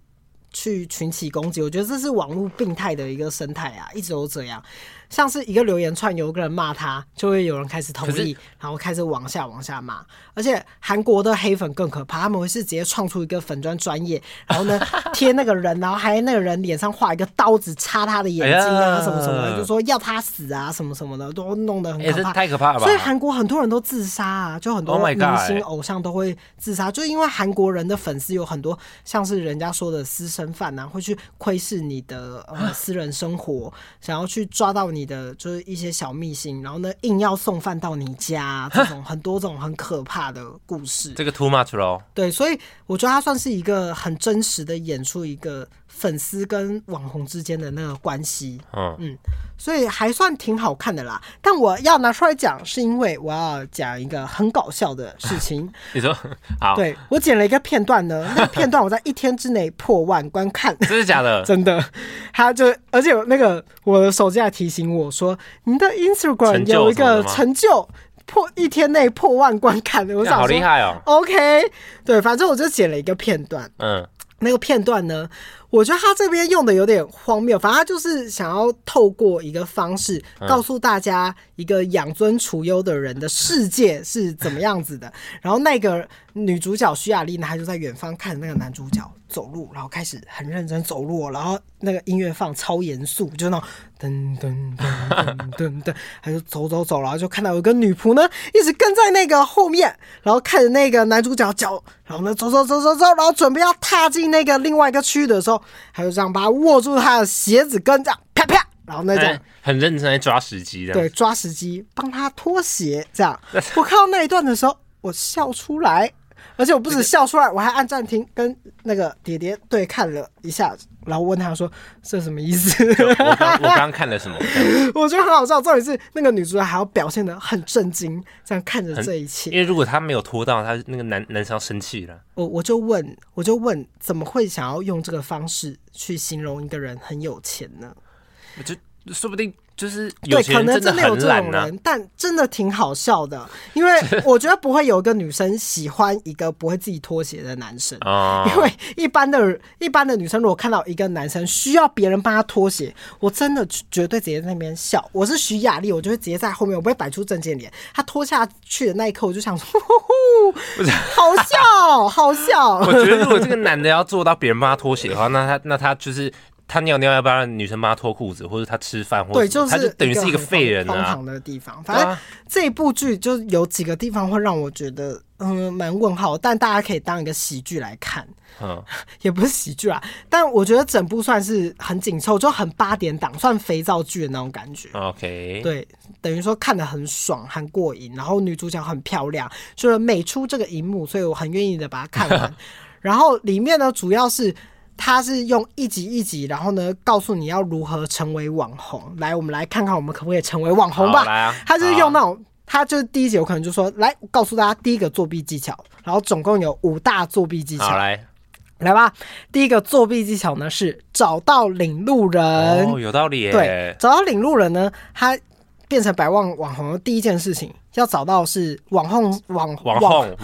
去群起攻击。我觉得这是网络病态的一个生态啊，一直都这样。像是一个留言串，有一个人骂他，就会有人开始同
可
意
是，
然后开始往下往下骂。而且韩国的黑粉更可怕，他们会是直接创出一个粉砖专业，然后 呢贴那个人，然后还在那个人脸上画一个刀子插他的眼睛啊，
哎呀
什么什么的，就说要他死啊，什么什么的，都弄得很
哎、
可
这
怕。
太可怕了吧！
所以韩国很多人都自杀啊，就很多
Oh my
明
God
星偶像都会自杀，就是因为韩国人的粉丝有很多，像是人家说的私生饭啊，会去窥视你的呃
啊
私人生活，想要去抓到你的就是一些小秘辛，然后呢硬要送饭到你家啊、这种很多种很可怕的故事。
这个 too much 咯，
对，所以我觉得他算是一个很真实的演出一个粉丝跟网红之间的那个关系。
嗯，
所以还算挺好看的啦。但我要拿出来讲，是因为我要讲一个很搞笑的事情。
你说 好，
对我剪了一个片段 呢，那个片段我在一天之内破万观看。
真的假的？
真的，他就而且那个我的手机还提醒我说，你的 Instagram
成就
有一
什么
个
的吗
成就破一天内破万观看，我
这样
想
好厉
说
害哦！
OK，对，反正我就剪了一个片段。
嗯，
那个片段呢，我觉得他这边用的有点荒谬，反正他就是想要透过一个方式告诉大家一个养尊处优的人的世界是怎么样子的。然后那个女主角徐雅丽呢，她就在远方看着那个男主角走路，然后开始很认真走路哦，然后那个音乐放超严肃，就那种噔噔噔噔噔噔，她就走走走，然后就看到有个女仆呢一直跟在那个后面，然后看着那个男主角脚，然后呢走走走走走，然后准备要踏进那个另外一个区域的时候，她就这样把他握住他的鞋子跟这样啪啪。然后那种
哎很认真在抓时机的。
对，抓时机帮他脱鞋，这样。我看到那一段的时候，我笑出来，而且我不止笑出来，我还按暂停跟那个爹爹对看了一下，然后问他说这什么意思？
我 刚我刚刚看了什么？
我觉得很好笑。重点是那个女主角还要表现的很震惊，这样看着
很
这一切
因。为如果他没有拖到，他那个男男生要生气了。
我我就问，我就问，怎么会想要用这个方式去形容一个人很有钱呢？
我就说不定就是有
对，
钱
可能
人
真
的
的有
很
这
懒啊
种
呐、
人，但真的挺好笑的，因为我觉得不会有一个女生喜欢一个不会自己脱鞋的男生。
啊。
因为一般的、一般的女生，如果看到一个男生需要别人帮他脱鞋，我真的绝对直接在那边笑。我是徐雅丽，我就会直接在后面，我不会摆出正经脸。他脱下去的那一刻，我就想说， 呼呼呼好笑，好
我
笑。
觉得如果这个男的要做到别人帮他脱鞋的话，那他那他就是他尿尿要不要让女生帮他脱裤子，或者他吃饭，或者
对，
什
就
么他
是
等于是一个
很
废人
荒
啊
唐。的地方。
对
反正
啊，
这一部剧就是有几个地方会让我觉得，嗯，蛮问号，但大家可以当一个喜剧来看。
嗯，
也不是喜剧啊，但我觉得整部算是很紧凑，就很八点档，算肥皂剧的那种感觉。
嗯 OK，
对，等于说看得很爽，很过瘾，然后女主角很漂亮，就是美出这个荧幕，所以我很愿意的把它看完。 然后里面呢，主要是它是用一集一集，然后呢告诉你要如何成为网红。来，我们来看看我们可不可以成为网红吧
好。来啊，
他就是
好啊
用那种，他就是第一节我可能就说，来我告诉大家第一个作弊技巧，然后总共有五大作弊技巧
好。来，
来吧，第一个作弊技巧呢是找到领路人。
哦，有道理
对
耶，。
找到领路人呢，他变成百万网红的第一件事情要找到是网红网
网红，网红，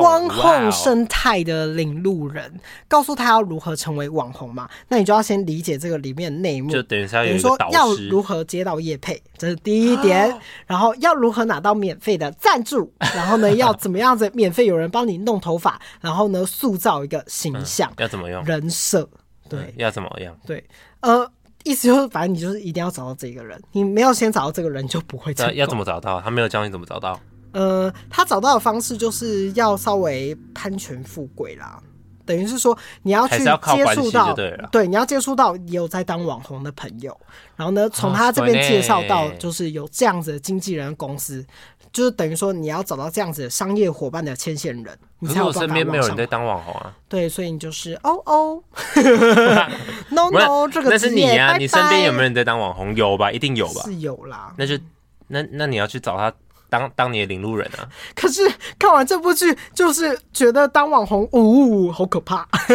网
哇哦
红生态的领路人，告诉他要如何成为网红嘛。那你就要先理解这个里面的内幕，
就等于是要
等于
有一个
说
导
要
师哦
如，何接到业配，这是第一点。然后要如何拿到免费的赞助， 然后呢要怎么样子免费有人帮你弄头发，然后呢塑造一个形象、
要怎么用，
人设，对。
嗯要怎么样，
对，呃，意思就是，反正你就是一定要找到这个人，你没有先找到这个人，你就不会成
那
功。
啊要怎么找到？他没有教你怎么找到。
呃，他找到的方式就是要稍微攀权附贵啦，等于是说你要去
还是要靠
接
关
触
系
到
就对了啦，
对，你要接触到也有在当网红的朋友，然后呢，从他这边
啊对
介绍到
嘞
就是有这样子的经纪人公司，就是等于说你要找到这样子的商业伙伴的牵线人，你才
可是
有
我
办法
身边没有
往上
人在当网红啊，
对，所以你就是哦 哦，no
不是
no，这个
那是
职
你
业
啊，
拜
你身边
拜
有没有人在当网红？有吧，一定有吧。
是有啦，
那就那那你要去找他当当你的领路人 啊。
可是看完这部剧，就是觉得当网红，呜、好可怕。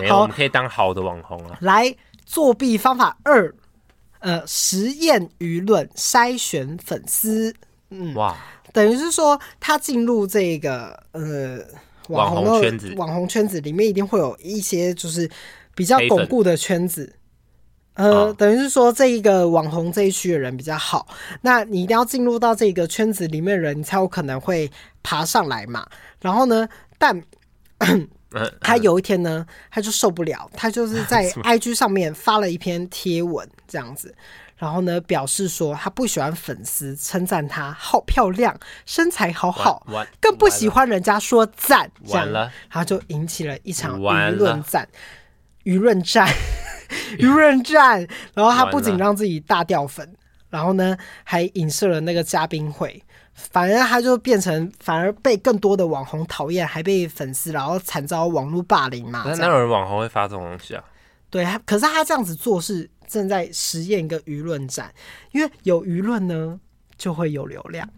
没
好
有，我们可以当好的网红啊。
来，作弊方法二，呃，实验舆论，筛选粉丝，嗯
哇，
等于是说他进入这个呃网
网
红
红
的
圈子
网红圈子里面一定会有一些就是比较
黑粉
巩固的圈子。呃，
啊
等于是说，这一个网红这一区的人比较好，那你一定要进入到这个圈子里面的人，你才有可能会爬上来嘛。然后呢，但
嗯，
他有一天呢，他就受不了，他就是在 IG 上面发了一篇贴文这样子，然后呢表示说他不喜欢粉丝称赞他好漂亮，身材好好
完完，
更不喜欢人家说赞，这样
完了，
然后就引起了一场
完
舆
了
论战，舆论 战，舆论战，然后他不仅
完了
让自己大掉粉，然后呢还影射了那个嘉宾会。反而他就变成，反而被更多的网红讨厌，还被粉丝，然后惨遭网络霸凌嘛。
那
这
那
样
有人网红会发这种东西啊？
对，他可是他这样子做是正在实验一个舆论战，因为有舆论呢，就会有流量。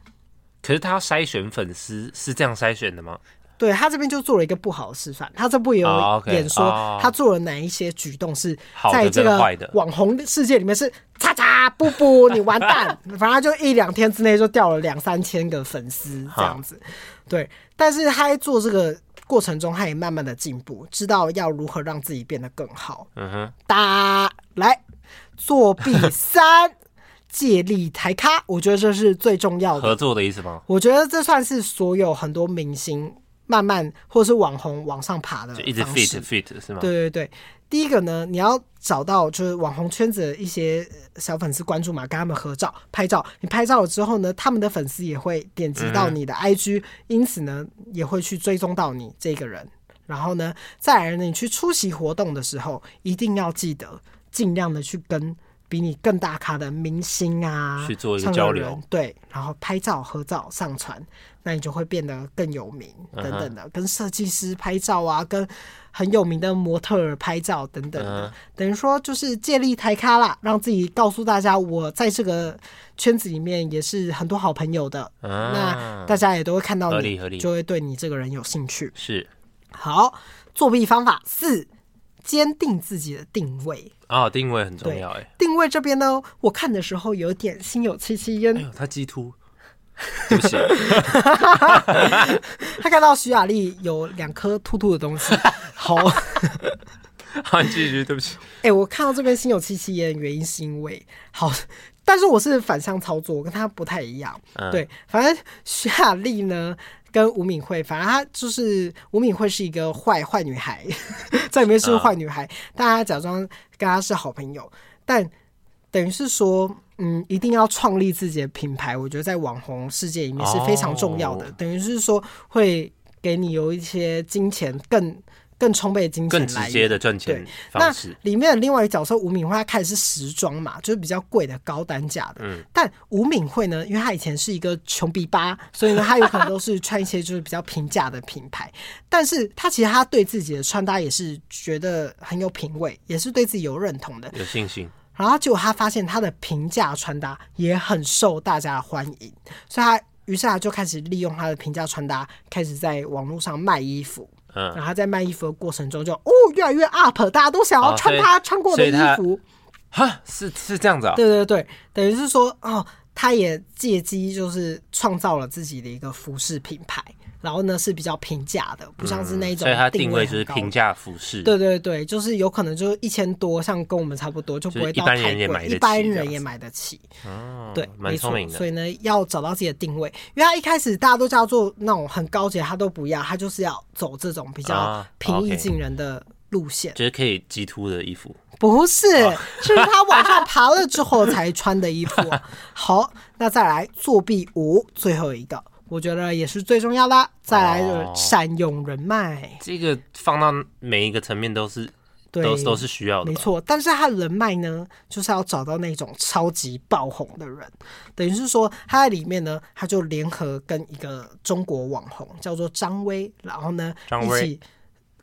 可是他要筛选粉丝，是这样筛选的吗？
对他这边就做了一个不好的示范，他这部也
哦
有
，OK，
演说
哦
他做了哪一些举动是
好的
在
跟
这个
坏的
网红的世界里面是叉叉不不，你完 蛋，反正就一两天之内就掉了两三千个粉丝这样子。对，但是他在做这个过程中，他也慢慢的进步，知道要如何让自己变得更好。
嗯哼，
打来作弊三，借力抬咖，我觉得这是最重要的
合。作的意思吗？
我觉得这算是所有很多明星慢慢或是网红往上爬的
就一直
方
fit
式。
fit 是吗？
对对对，第一个呢，你要找到就是网红圈子的一些呃小粉丝关注嘛，跟他们合照、拍照。你拍照了之后呢，他们的粉丝也会点击到
嗯
你的 IG，、因此呢，也会去追踪到你这个人。然后呢，再来呢，你去出席活动的时候，一定要记得尽量的去跟比你更大咖的明星啊，
去做一个
上
交
人
流，
对，然后拍照、合照、上传，那你就会变得更有名
嗯
等等的，跟设计师拍照啊，跟很有名的模特儿拍照等等的，
嗯
等于说就是借力抬咖啦，让自己告诉大家，我在这个圈子里面也是很多好朋友的，那
啊，
大家也都会看到
合
你
理合，理
就会对你这个人有兴趣。
是
好，作弊方法四：坚定自己的定位。
啊，定位很重要哎。
定位这边呢，我看的时候有点心有戚戚
哎
焉。
呦，他鸡突， 对不起，
他看到徐雅丽有两颗突突的东西，好，
好，你继续，对不起。
哎、我看到这边心有戚戚焉，原因是因为好，但是我是反向操作，我跟他不太一样。
嗯
对，反正徐雅丽呢。跟吴敏慧，反正她就是吴敏慧是一个坏坏女孩， 在里面
嗯
是坏女孩，但她假装跟她是好朋友，但等于是说，嗯，一定要创立自己的品牌。我觉得在网红世界里面是非常重要的，
哦
等于是说会给你有一些金钱更更充沛的金钱
更
来
直
源
接的赚钱
对
方式，
里面的另外一个角色吴敏慧，她开的是时装嘛，就是比较贵的高单价的。
嗯
但吴敏慧呢，因为她以前是一个穷逼吧，所以呢，她有可能都是穿一些就是比较平价的品牌。但是她其实她对自己的穿搭也是觉得很有品味，也是对自己有认同的。
有信心
然后结果她发现她的平价穿搭也很受大家的欢迎，所以她于是她就开始利用她的平价穿搭，开始在网络上卖衣服。
嗯，
然后他在卖衣服的过程中就哦越来越 up，大家都想要
哦
穿
所以
他穿过的
所以他
衣服。
哈，是是这样子啊，
对对对，等于是说哦，他也借机就是创造了自己的一个服饰品牌，然后呢是比较平价的，不像是那一种
嗯所以它
定
定位
很
就是
高
平
的。
价服饰，
对对对，就是有可能就是一千多，像跟我们差不多，就不
就是
会
一
到
般
太
人也买
贵，
得
一般
起这
人
样
也
子
买得起。
哦，
对，
蛮
没错
聪明
所
的，
以呢，要找到自己的定位，因为他一开始大家都叫做那种很高级的，他都不要，他就是要走这种比较
啊
平易
OK
近人的路线。
就是可以鸡突的衣服，
不是，
哦
是他往上爬了之后才穿的 衣服。好，那再来作弊五，最后一个，我觉得也是最重要的。再来就是
哦
善用人脉，
这个放到每一个层面都是
对，
都都是需要的
没
吧，
错，但是他的人脉呢，就是要找到那种超级爆红的人，等于是说他在里面呢，他就联合跟一个中国网红叫做张薇，然后呢
张
一
薇
起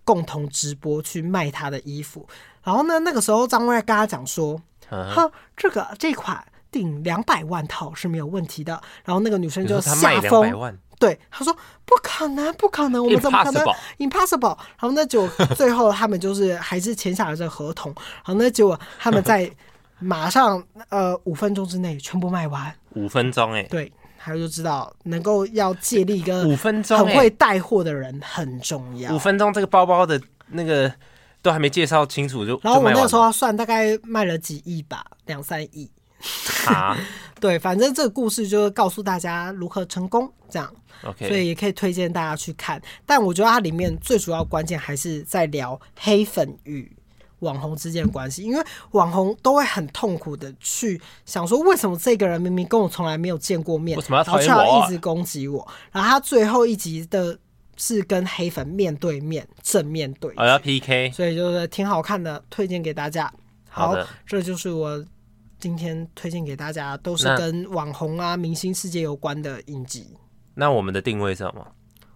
共同直播去卖他的衣服，然后呢那个时候张薇还跟他讲说，
嗯
哼，这个这款。定两百万套是没有问题的，然后那个女生
你
就
说他卖
吓
两
疯
百，万，
对，他说不可能，不可 能，我们怎么可能
Impossible
impossible？然后那就最后他们就是还是签下了这个合同，然后那结果他们在马上呃五分钟之内全部卖完，
五分钟哎，
对，他就知道能够要借力一个
五分钟
呃很
哎
会带货的人很重要
五。分钟这个包包的那个都还没介绍清楚就，
然后
就
我
卖
那
完
时候
了
要算大概卖了几亿吧，两三亿。
啊
对，反正这个故事就是告诉大家如何成功，这样。所
，OK，
以也可以推荐大家去看。但我觉得它里面最主要关键还是在聊黑粉与网红之间的关系，因为网红都会很痛苦的去想说，为什么这个人明明跟我从来没有见过面，
为什么要
然后
讨
却
厌我啊
要一直攻击我？然后他最后一集的是跟黑粉面对面正面对
我
决，
哦要 PK，
所以就是挺好看的，推荐给大家。
好
好
的，
这就是我。今天推荐给大家都是
那
跟网红啊、明星世界有关的影集。
那我们的定位是什么？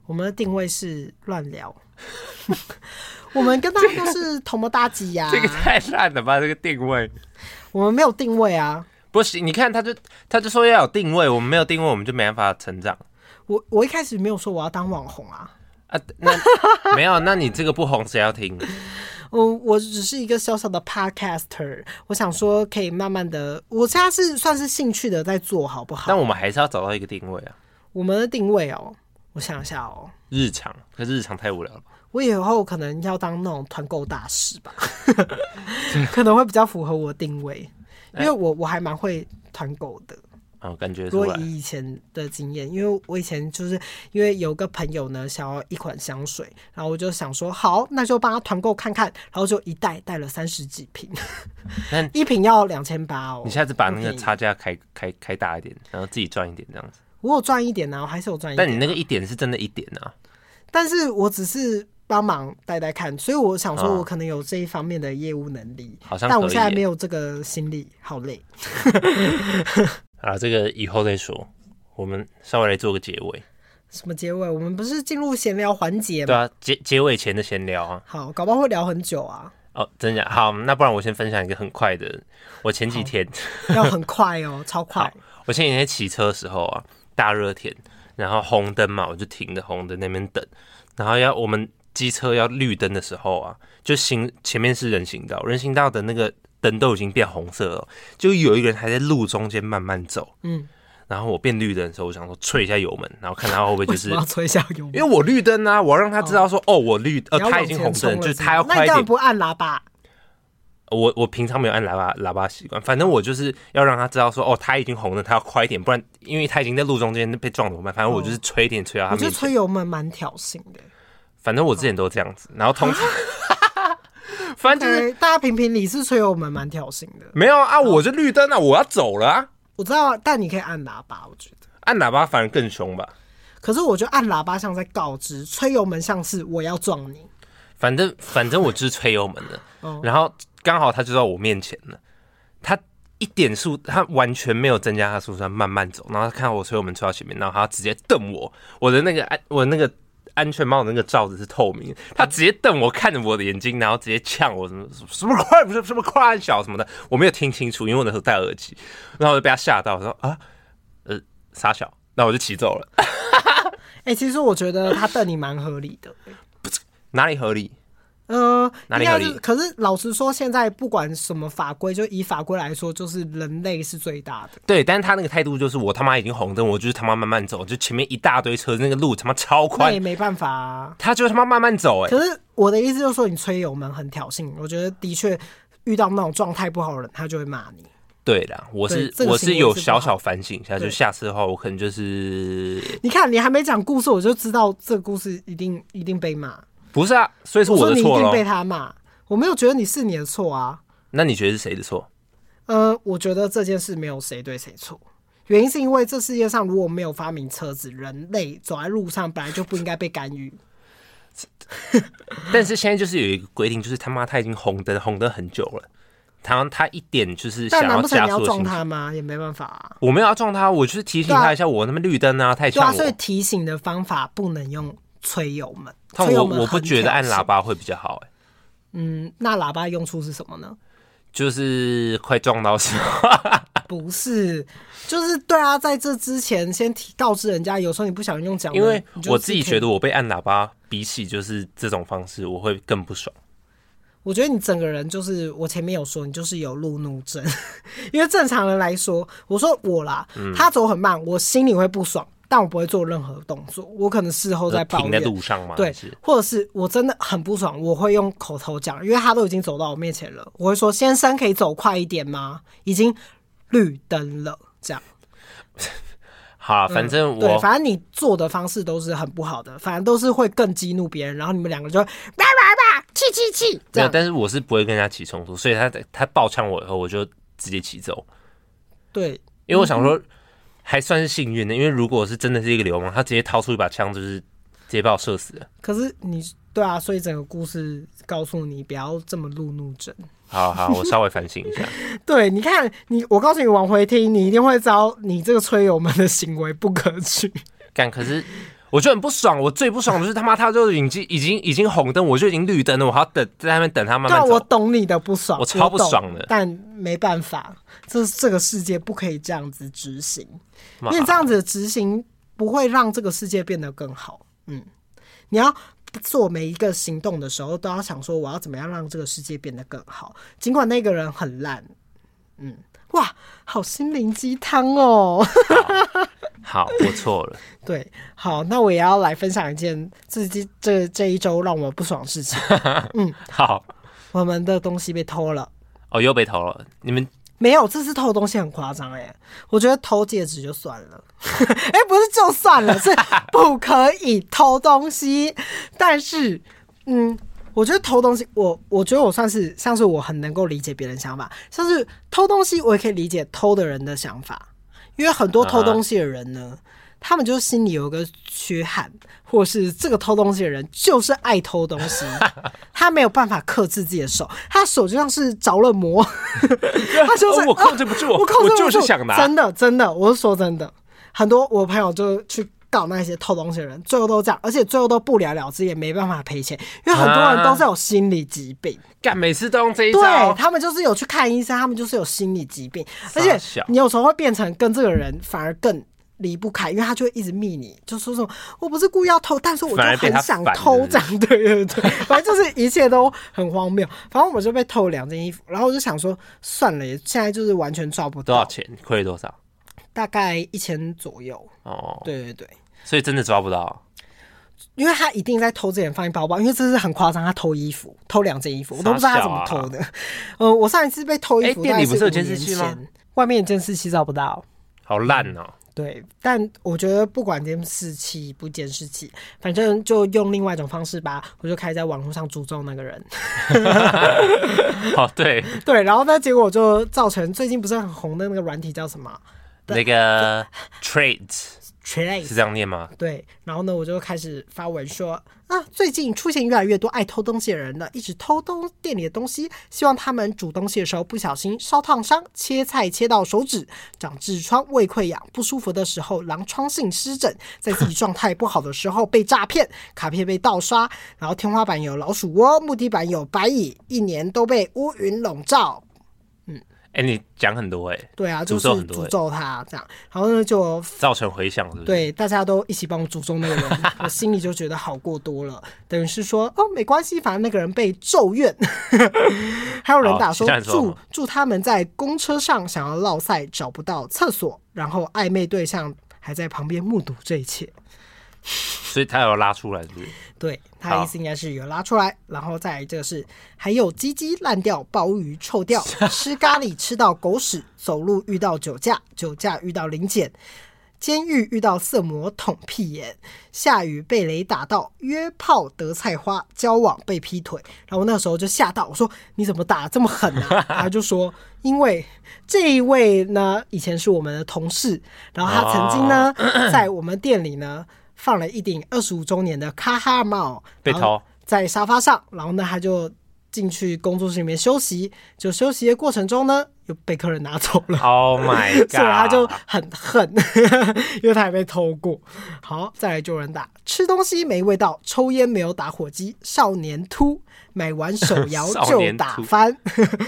我们的定位是乱聊， 我们跟大家都是同谋搭机呀、
这个太烂了吧，这个定位。
我们没有定位啊。
不行，你看他就他就说要有定位，我们没有定位，我们就没办法成长
我我一开始没有说我要当网红啊，
啊。 那没有，那你这个不红谁要听？
我嗯我只是一个小小的 podcaster，我想说可以慢慢的，我现在是算是兴趣的在做，好不好？
但我们还是要找到一个定位啊。
我们的定位哦，我想一下哦，
日常，可是日常太无聊了吧。
我以后可能要当那种团购大师吧， 可能会比较符合我的定位，因为我我还蛮会团购的。
啊，我感觉
如
出
果
来
以以前的经验，因为我以前就是因为有个朋友呢，想要一款香水，然后我就想说好，那就帮他团购看看，然后就一袋带了三十几 瓶，
但
一瓶要两千八哦
你。下次把
不
那个
便宜
差价开开开大一点，然后自己赚一点这样
啊
子。
哎我有赚一点呢、我还是有赚一
但你
点，
啊那个一点是真的一点啊，
但是我只是帮忙带带看，所以我想说，我可能有这一方面的业务能力，
啊好像
但我
可以
现在
耶
没有这个心力，好累。
啊，这个以后再说，我们稍微来做个结尾。
什么结尾？我们不是进入闲聊环节
对
吗？
啊，结结尾前的闲聊啊。
好，搞不好会聊很久啊，
哦，真假？好，那不然我先分享一个很快的。我前几天，
要很快哦，超快
好。我前几天骑车的时候啊，大热天，然后红灯嘛，我就停的红灯那边等，然后要我们机车要绿灯的时候啊，就行前面是人行道，人行道的那个灯都已经变红色了，就有一个人还在路中间慢慢走，
嗯，
然后我变绿灯的时候，我想说吹一下油门，然后看他会不会就
为 什
是
么要吹一下油门？
因为我绿灯啊，我要让他知道说，哦，我绿，呃，
你要
他
往
已经
前
红
冲
灯，
了
就是
吗
他要
那
快
你
一
干
点
嘛。不按喇叭？
我我平常没有按喇叭喇叭习惯，反正我就是要让他知道说，哦，他已经红了，他要快一点，不然因为他已经在路中间被撞怎么办？反正我就是吹一点吹到他
我觉
面
得
前。
吹油门蛮挑衅 的。
反正我之前都这样子，然后通常，反正就是
对，大家评评理，是吹油门蛮挑衅的。
没有啊，我就绿灯啊，我要走了啊，
我知道，但你可以按喇叭，我觉得。
按喇叭反而更凶吧。
可是我觉得按喇叭像在告知，吹油门像是我要撞你。
反正反正我就是吹油门的，
哦
然后刚好他就在我面前了，他一点速，他完全没有增加他速度，他慢慢走，然后他看到我吹油门吹到前面，然后他直接瞪我，我的那个安我那个安全帽的那个罩子是透明的，他直接瞪我，看着我的眼睛，然后直接呛我什么什么快不是什么快小什么的，我没有听清楚，因为我那时候戴耳机，然后我就被他吓到，我说啊，呃，傻小，那我就骑走了，
哎、其实我觉得他瞪你蛮合理的、
哪里合理？
呃，
哪
应
里
该
合
是，
理
可是老实说，现在不管什么法规，就以法规来说，就是人类是最大的。
对，但是他那个态度就是我他妈已经红灯，我就是他妈慢慢走，就前面一大堆车，那个路他妈超
那也
宽，
没办法、啊。
他就他妈慢慢走、哎，
可是我的意思就是说，你吹油门很挑衅，我觉得的确遇到那种状态不好的人，他就会骂你。
对啦，我是、
对这个
我
行为
是有
是不
小
好
小反省一下，就
对
下次的话我可能就是
你看，你还没讲故事，我就知道这个故事一定一定被骂。
不是啊，所以是
说
我
你
的
一
错
定
咯。
被他骂，我没有觉得你是你的错啊。
那你觉得是谁的错？
呃，我觉得这件事没有谁对谁错，原因是因为这世界上如果没有发明车子，人类走在路上本来就不应该被干预。
但是现在就是有一个规定，就是他妈他已经红灯，红灯很久了，他他一点就是想
但难
要
不成
加
你要
速的
撞
心情。
他吗？也没办法、啊。
我没有要撞他，我就是提醒他一下，我那边绿灯啊，他也
对
呛
啊，
我。
所以提醒的方法不能用吹油门。
但
吹
我
油门
我不
很
觉得
挑
按喇
衅。
叭会比较好、哎，
嗯，那喇叭用处是什么呢？
就是快撞到时候。
不是，就是对啊，在这之前先提告知人家，有时候你不想用讲的，
因为
你就
我
是
自己
可以
觉得我被按喇叭，比起就是这种方式，我会更不爽。
我觉得你整个人就是，我前面有说你就是有路怒症，因为正常人来说，我说我啦，他走很慢，我心里会不爽，但我不会做任何动作，我可能事后再抱
停在
怨，
路上嘛，还
对
是，
或者是我真的很不爽，我会用口头讲，因为他都已经走到我面前了，我会说先生可以走快一点吗？已经绿灯了，这样。
好啦，反正
嗯
我、
对，反正你做的方式都是很不好的，反正都是会更激怒别人，然后你们两个就会叭叭叭，气气气，这
没有，
样。
但是我是不会跟他起冲突，所以他他爆呛我以后，我就直接骑走，
对，
因为
嗯
我想说还算是幸运的，因为如果是真的是一个流氓，他直接掏出一把枪，就是直接把我射死了。
可是你对啊，所以整个故事告诉你不要这么路怒症。
好好，我稍微反省一下。
对，你看你，我告诉你往回听，你一定会知道你这个吹油门的行为不可取。
干，可是我就很不爽，我最不爽的就是他妈他就已经已经已经红灯，我就已经绿灯了，我还要等在那边等他慢
对啊，
慢
我
走。
懂你的不爽，
我超不
懂
爽的
但没办法，这这个世界不可以这样子执行，因
妈
为这样子的执行不会让这个世界变得更好。嗯，你要做每一个行动的时候，都要想说我要怎么样让这个世界变得更好，尽管那个人很烂。嗯，哇，好心灵鸡汤哦。
好，我错了。
对，好，那我也要来分享一件自己这这一周让我不爽的事情，嗯
好，
我们的东西被偷了。
哦，又被投了。你们
没有，这次偷东西很夸张哎，我觉得偷戒指就算了， 哎、不是就算了，是不可以偷东西。但是，嗯，我觉得偷东西，我我觉得我算是像是我很能够理解别人想法，像是偷东西，我也可以理解偷的人的想法，因为很多偷东西的人呢，他们就是心里有个缺憾，或是这个偷东西的人就是爱偷东西， 他没有办法克制自己的手，他手就像是着了魔，他啊就是、
哦我控制不住
啊我控制不住，
我就是想拿
真的真的，我是说真的，很多我朋友就去。告那些偷东西的人，最后都这样，而且最后都不了了之，也没办法赔钱，因为很多人都是有心理疾病。
干，每次都啊用这一
对
招，
他们就是有去看医生，他们就是有心理疾病，而且
小
你有时候会变成跟这个人反而更离不开，因为他就会一直密你，就说什么我不是故意要偷，但是我就
反而被他
很想
烦
偷
是不是
这样，对对对，反正就是一切都很荒谬。反正我就被偷了两件衣服，然后我就想说算了，现在就是完全抓不
多少
到，
钱？亏了多少？
大概一千左右，
哦，
对对对。
所以真的抓不到，
因为他一定在偷之前放进包包，因为这是很夸张，他偷衣服，
啊
偷两件衣服，我都不知道他怎么偷的。 呃，我上一次被偷衣服，
哎店里不是有监视
视
器吗？
外面的监视器照不到。
好烂哦！
对，但我觉得不管监视器不监视器，反正就用另外一种方式吧。我就开始在网络上诅咒那个人。
哦，对，
对，然后呢，结果就造成最近不是很红的那个软体叫什么
那个 trade
？Trace
是这样念吗？
对，然后呢，我就开始发文说啊，最近出现越来越多爱偷东西的人了，一直偷东店里的东西，希望他们煮东西的时候不小心烧烫伤、切菜切到手指、长痔疮、胃溃疡，不舒服的时候狼疮性湿疹，在自己状态不好的时候被诈骗，卡片被盗刷，然后天花板有老鼠窝，木地板有白蚁，一年都被乌云笼罩，
哎，你讲很多哎，
对啊，就
诅
是
咒很多
诅
欸
咒他这样，然后呢就
造成回响是不是？，
对，大家都一起帮我诅咒那个人，我心里就觉得好过多了。等于是说，哦，没关系，反正那个人被咒怨。 还有人
好
打说
其他人说
祝
吗
祝他们在公车上想要落赛找不到厕所，然后暧昧对象还在旁边目睹这一切。
所以他有拉出来是不是？
对，他的意
好
思应该是有拉出来，然后再来这个是还有鸡鸡烂掉、鲍鱼臭掉、吃咖喱吃到狗屎、走路遇到酒驾、酒驾遇到零检、监狱遇到色魔捅屁眼、下雨被雷打到、约炮得菜花、交往被劈腿。然后我那时候就吓到，我说你怎么打这么狠啊？他就说因为这一位呢以前是我们的同事，然后他曾经呢在我们店里呢。放了一顶二十五周年的卡哈帽，
被
然后
偷
在沙发上，然后呢他就进去工作室里面休息，就休息的过程中呢又被客人拿走了。
Oh my god！
所以他就很恨，因为他也被偷过。好，再来就有人打吃东西没味道，抽烟没有打火机，少年秃，买完 手摇
少
就
年
打
秃
翻。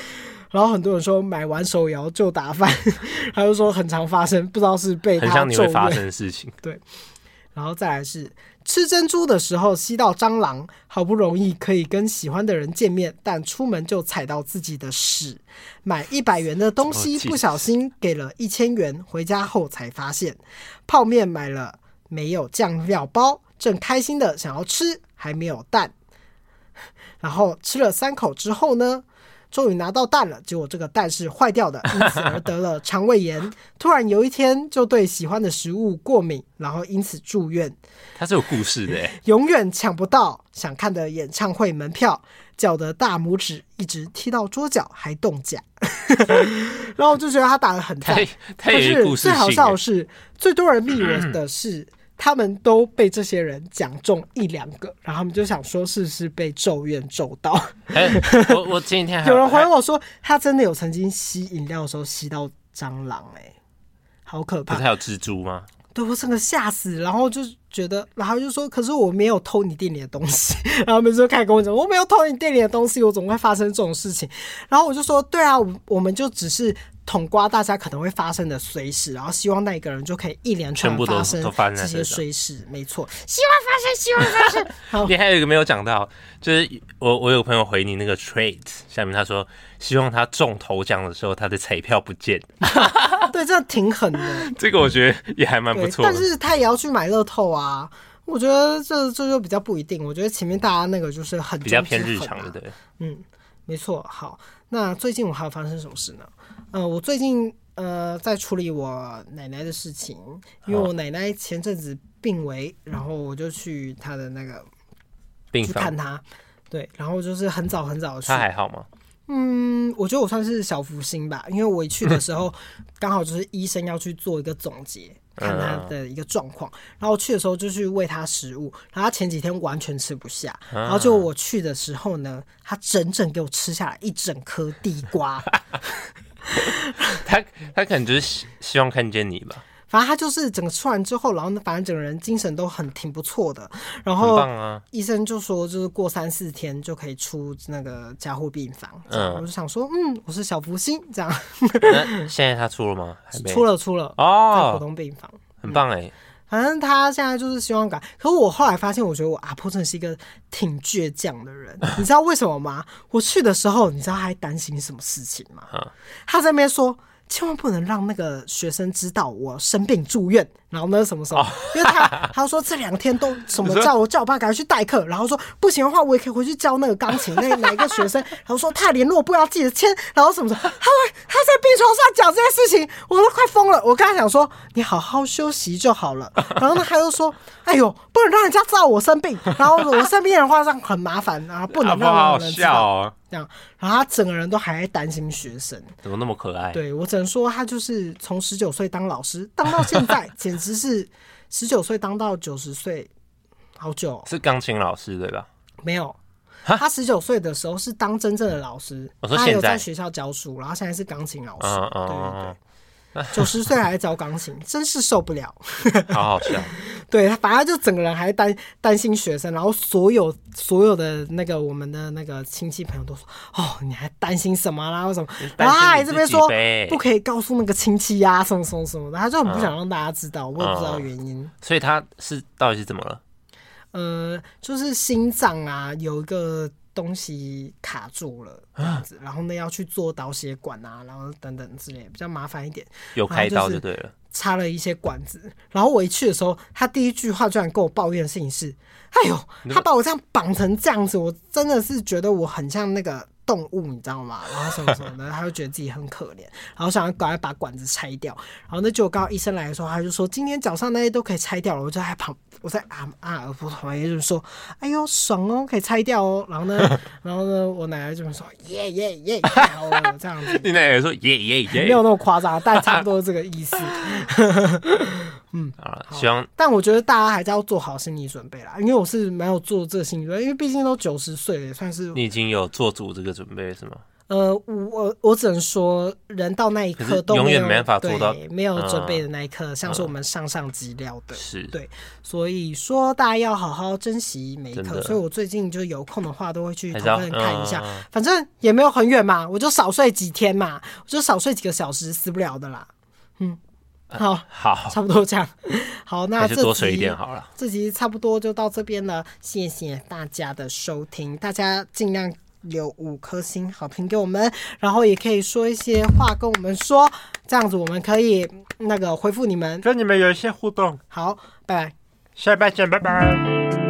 然后很多人说买完手摇就打翻， 他就说很常发生，不知道是被
很
他
像你
咒
会发
怨
生的事情，
然后再来是吃珍珠的时候吸到蟑螂，好不容易可以跟喜欢的人见面，但出门就踩到自己的屎。买一百元的东西
怎么记
不小心给了一千元，回家后才发现泡面买了没有酱料包，正开心的想要吃，还没有蛋。然后吃了三口之后呢，终于拿到蛋了，结果这个蛋是坏掉的，因此而得了肠胃炎。 突然有一天就对喜欢的食物过敏，然后因此住院，
他是有故事的欸。
永远抢不到想看的演唱会门票，脚的大拇指一直踢到桌角，还冻甲。 然后我就觉得 他打的很
他
赞，
他
但
也有
是
故事
最好
性
笑的
欸，
是，最多人密我的是，他们都被这些人讲中一两个，然后他们就想说是不是被咒怨咒到。
哎，我我前几 天还
有人回
还
我说，他真的有曾经吸饮料的时候吸到蟑螂、欸，好可
不
怕
是！还有蜘蛛吗？
对我整个吓死，然后就觉得，然后就说，可是我没有偷你店里的东西， 然后他们就开始跟我讲，我没有偷你店里的东西，我怎么会发生这种事情？然后我就说，对啊，我我们就只是。统刮大家可能会发生的随事，然后希望那一个人就可以一连串
全部都
发生
都发生在
这些
身上
随事，没错，希望发生，希望发生。 好，
你还有一个没有讲到，就是我我有朋友回你那个 trade 下面，他说希望他中头奖的时候他的彩票不 见，
对，这挺狠的。
这个我觉得也还蛮不
对，
错
但
的。
是他也要去买乐透啊。我觉得这这就比较不一定。我觉得前面大家那个就是很
比较
中之
偏日
狠
常的，
啊
对，
嗯，没错。好，那最近我还有发生什么事呢？呃，我最近呃在处理我奶奶的事情，因为
好
我奶奶前阵子病危，然后我就去她的那个
病
去
房
看她。对，然后就是很早很早地去
他，还好吗？
嗯，我觉得我算是小福星吧，因为我一去的时候刚好就是医生要去做一个总结，看他
嗯
的一个状况。然后我去的时候就去喂他食物，然后他前几天完全吃不下，
嗯
然后就我去的时候呢，他整整给我吃下来一整颗地 瓜。
他他可能就是希希望看见你吧，
反正他就是整个吃完之后，然后呢，反正整个人精神都很挺不错的。然
很
后
棒啊！
医生就说，就是过三四天就可以出那个加护病房。这样
嗯
我就想说，嗯，我是小福星，这样
那现在他出了吗？还没
出了出了，在普
哦，
通病房。
很棒哎，
反正他现在就是希望改。可我后来发现，我觉得我阿婆真的是一个挺倔强的人，你知道为什么吗？我去的时候，你知道他还担心什么事情吗
啊？
他在那边说。千万不能让那个学生知道我生病住院，然后呢什么什么，因为他他说这两天都什么
哦 你说
叫我叫我爸赶快去代课，然后说不行的话我也可以回去教那个钢琴那哪一个学生，然后说他的联络簿要记得签，然后什么什么，他会他在病床上讲这些事情，我都快疯了。我跟他讲说你好好休息就好 了，然后呢他又说哎呦不能让人家知道我生病，然后我生病的话这样很麻烦，然后不
阿
能
波啊好
让
好
人知
笑
道
哦，
这样，然后他整个人都还在担心学生。
怎么那么可爱？
对我只能说，他就是从十九岁当老师当到现 在，简直是十九岁当到九十岁，好久哦、
是钢琴老师对吧？
没有。他十九岁的时候是当真正的老师，
嗯我说
他
现
有在
在
学校教书，然后现在是钢琴老师。
嗯嗯
对
嗯
对对，九十岁还在教钢琴，真是受不了。
嗯，好好笑。
对，反正就整个人还担担心学生，然后所有所有的那个我们的那个亲戚朋友都说：“哦，你还担心什么啦？啊或什么？”然后他还
担心你自己呗
这边说：“不可以告诉那个亲戚呀、什么什么什么的。”他就很不想让大家知道，我也不知道原因。
所以他是到底是怎么了？嗯
呃，就是心脏啊有一个东西卡住了这样
啊
子，然后呢要去做导血管啊，然后等等之类，比较麻烦一点。
有开
然后
刀
就是
就对了。
插了一些管子。然后我一去的时候，他第一句话居然跟我抱怨的事情是：“哎呦，他把我这样绑成这样子，我真的是觉得我很像那个动物，你知道吗？”然后什么什么的，他 就觉得自己很可怜，然后想要赶快把管子拆掉。然后那结果刚好医生来的时候，他就说：“今天早上那些都可以拆掉了。”我就在旁。我在啊啊，我旁边就是说，哎呦爽哦，可以拆掉哦。然后呢，然后呢，我奶奶就说耶耶耶，太好了这样子。
你 奶奶说耶耶
没有
耶
那么夸张，但差不多是这个意思。
啊！希望
但我觉得大家还是要做好心理准备啦，因为我是没有做这个心理准备，因为毕竟都九十岁了，也算是
你已经有做足这个准备是吗？
呃，我我只能说，人到那一
可
刻
是
都
永
有
远没办法做到嗯
对没有准备的那一刻，像是我们上上集聊的。
是，
对，所以说大家要好好珍惜每一
真
刻。
的
所以我最近就有空的话，都会去
还
讨
是要
论看一下
嗯嗯嗯，
反正也没有很远嘛，我就少睡几天嘛，我就少睡几个小时，死不了的啦。嗯，好，
好，
差不多这样。好，那
啊还是
这
多水一
集
点啊好了。
这集差不多就到这边了，谢谢大家的收听，大家尽量留五颗星好评给我们，然后也可以说一些话跟我们说，这样子我们可以那个回复你们。
跟你们有一些互动，
好，拜拜。
下一拜见，拜拜。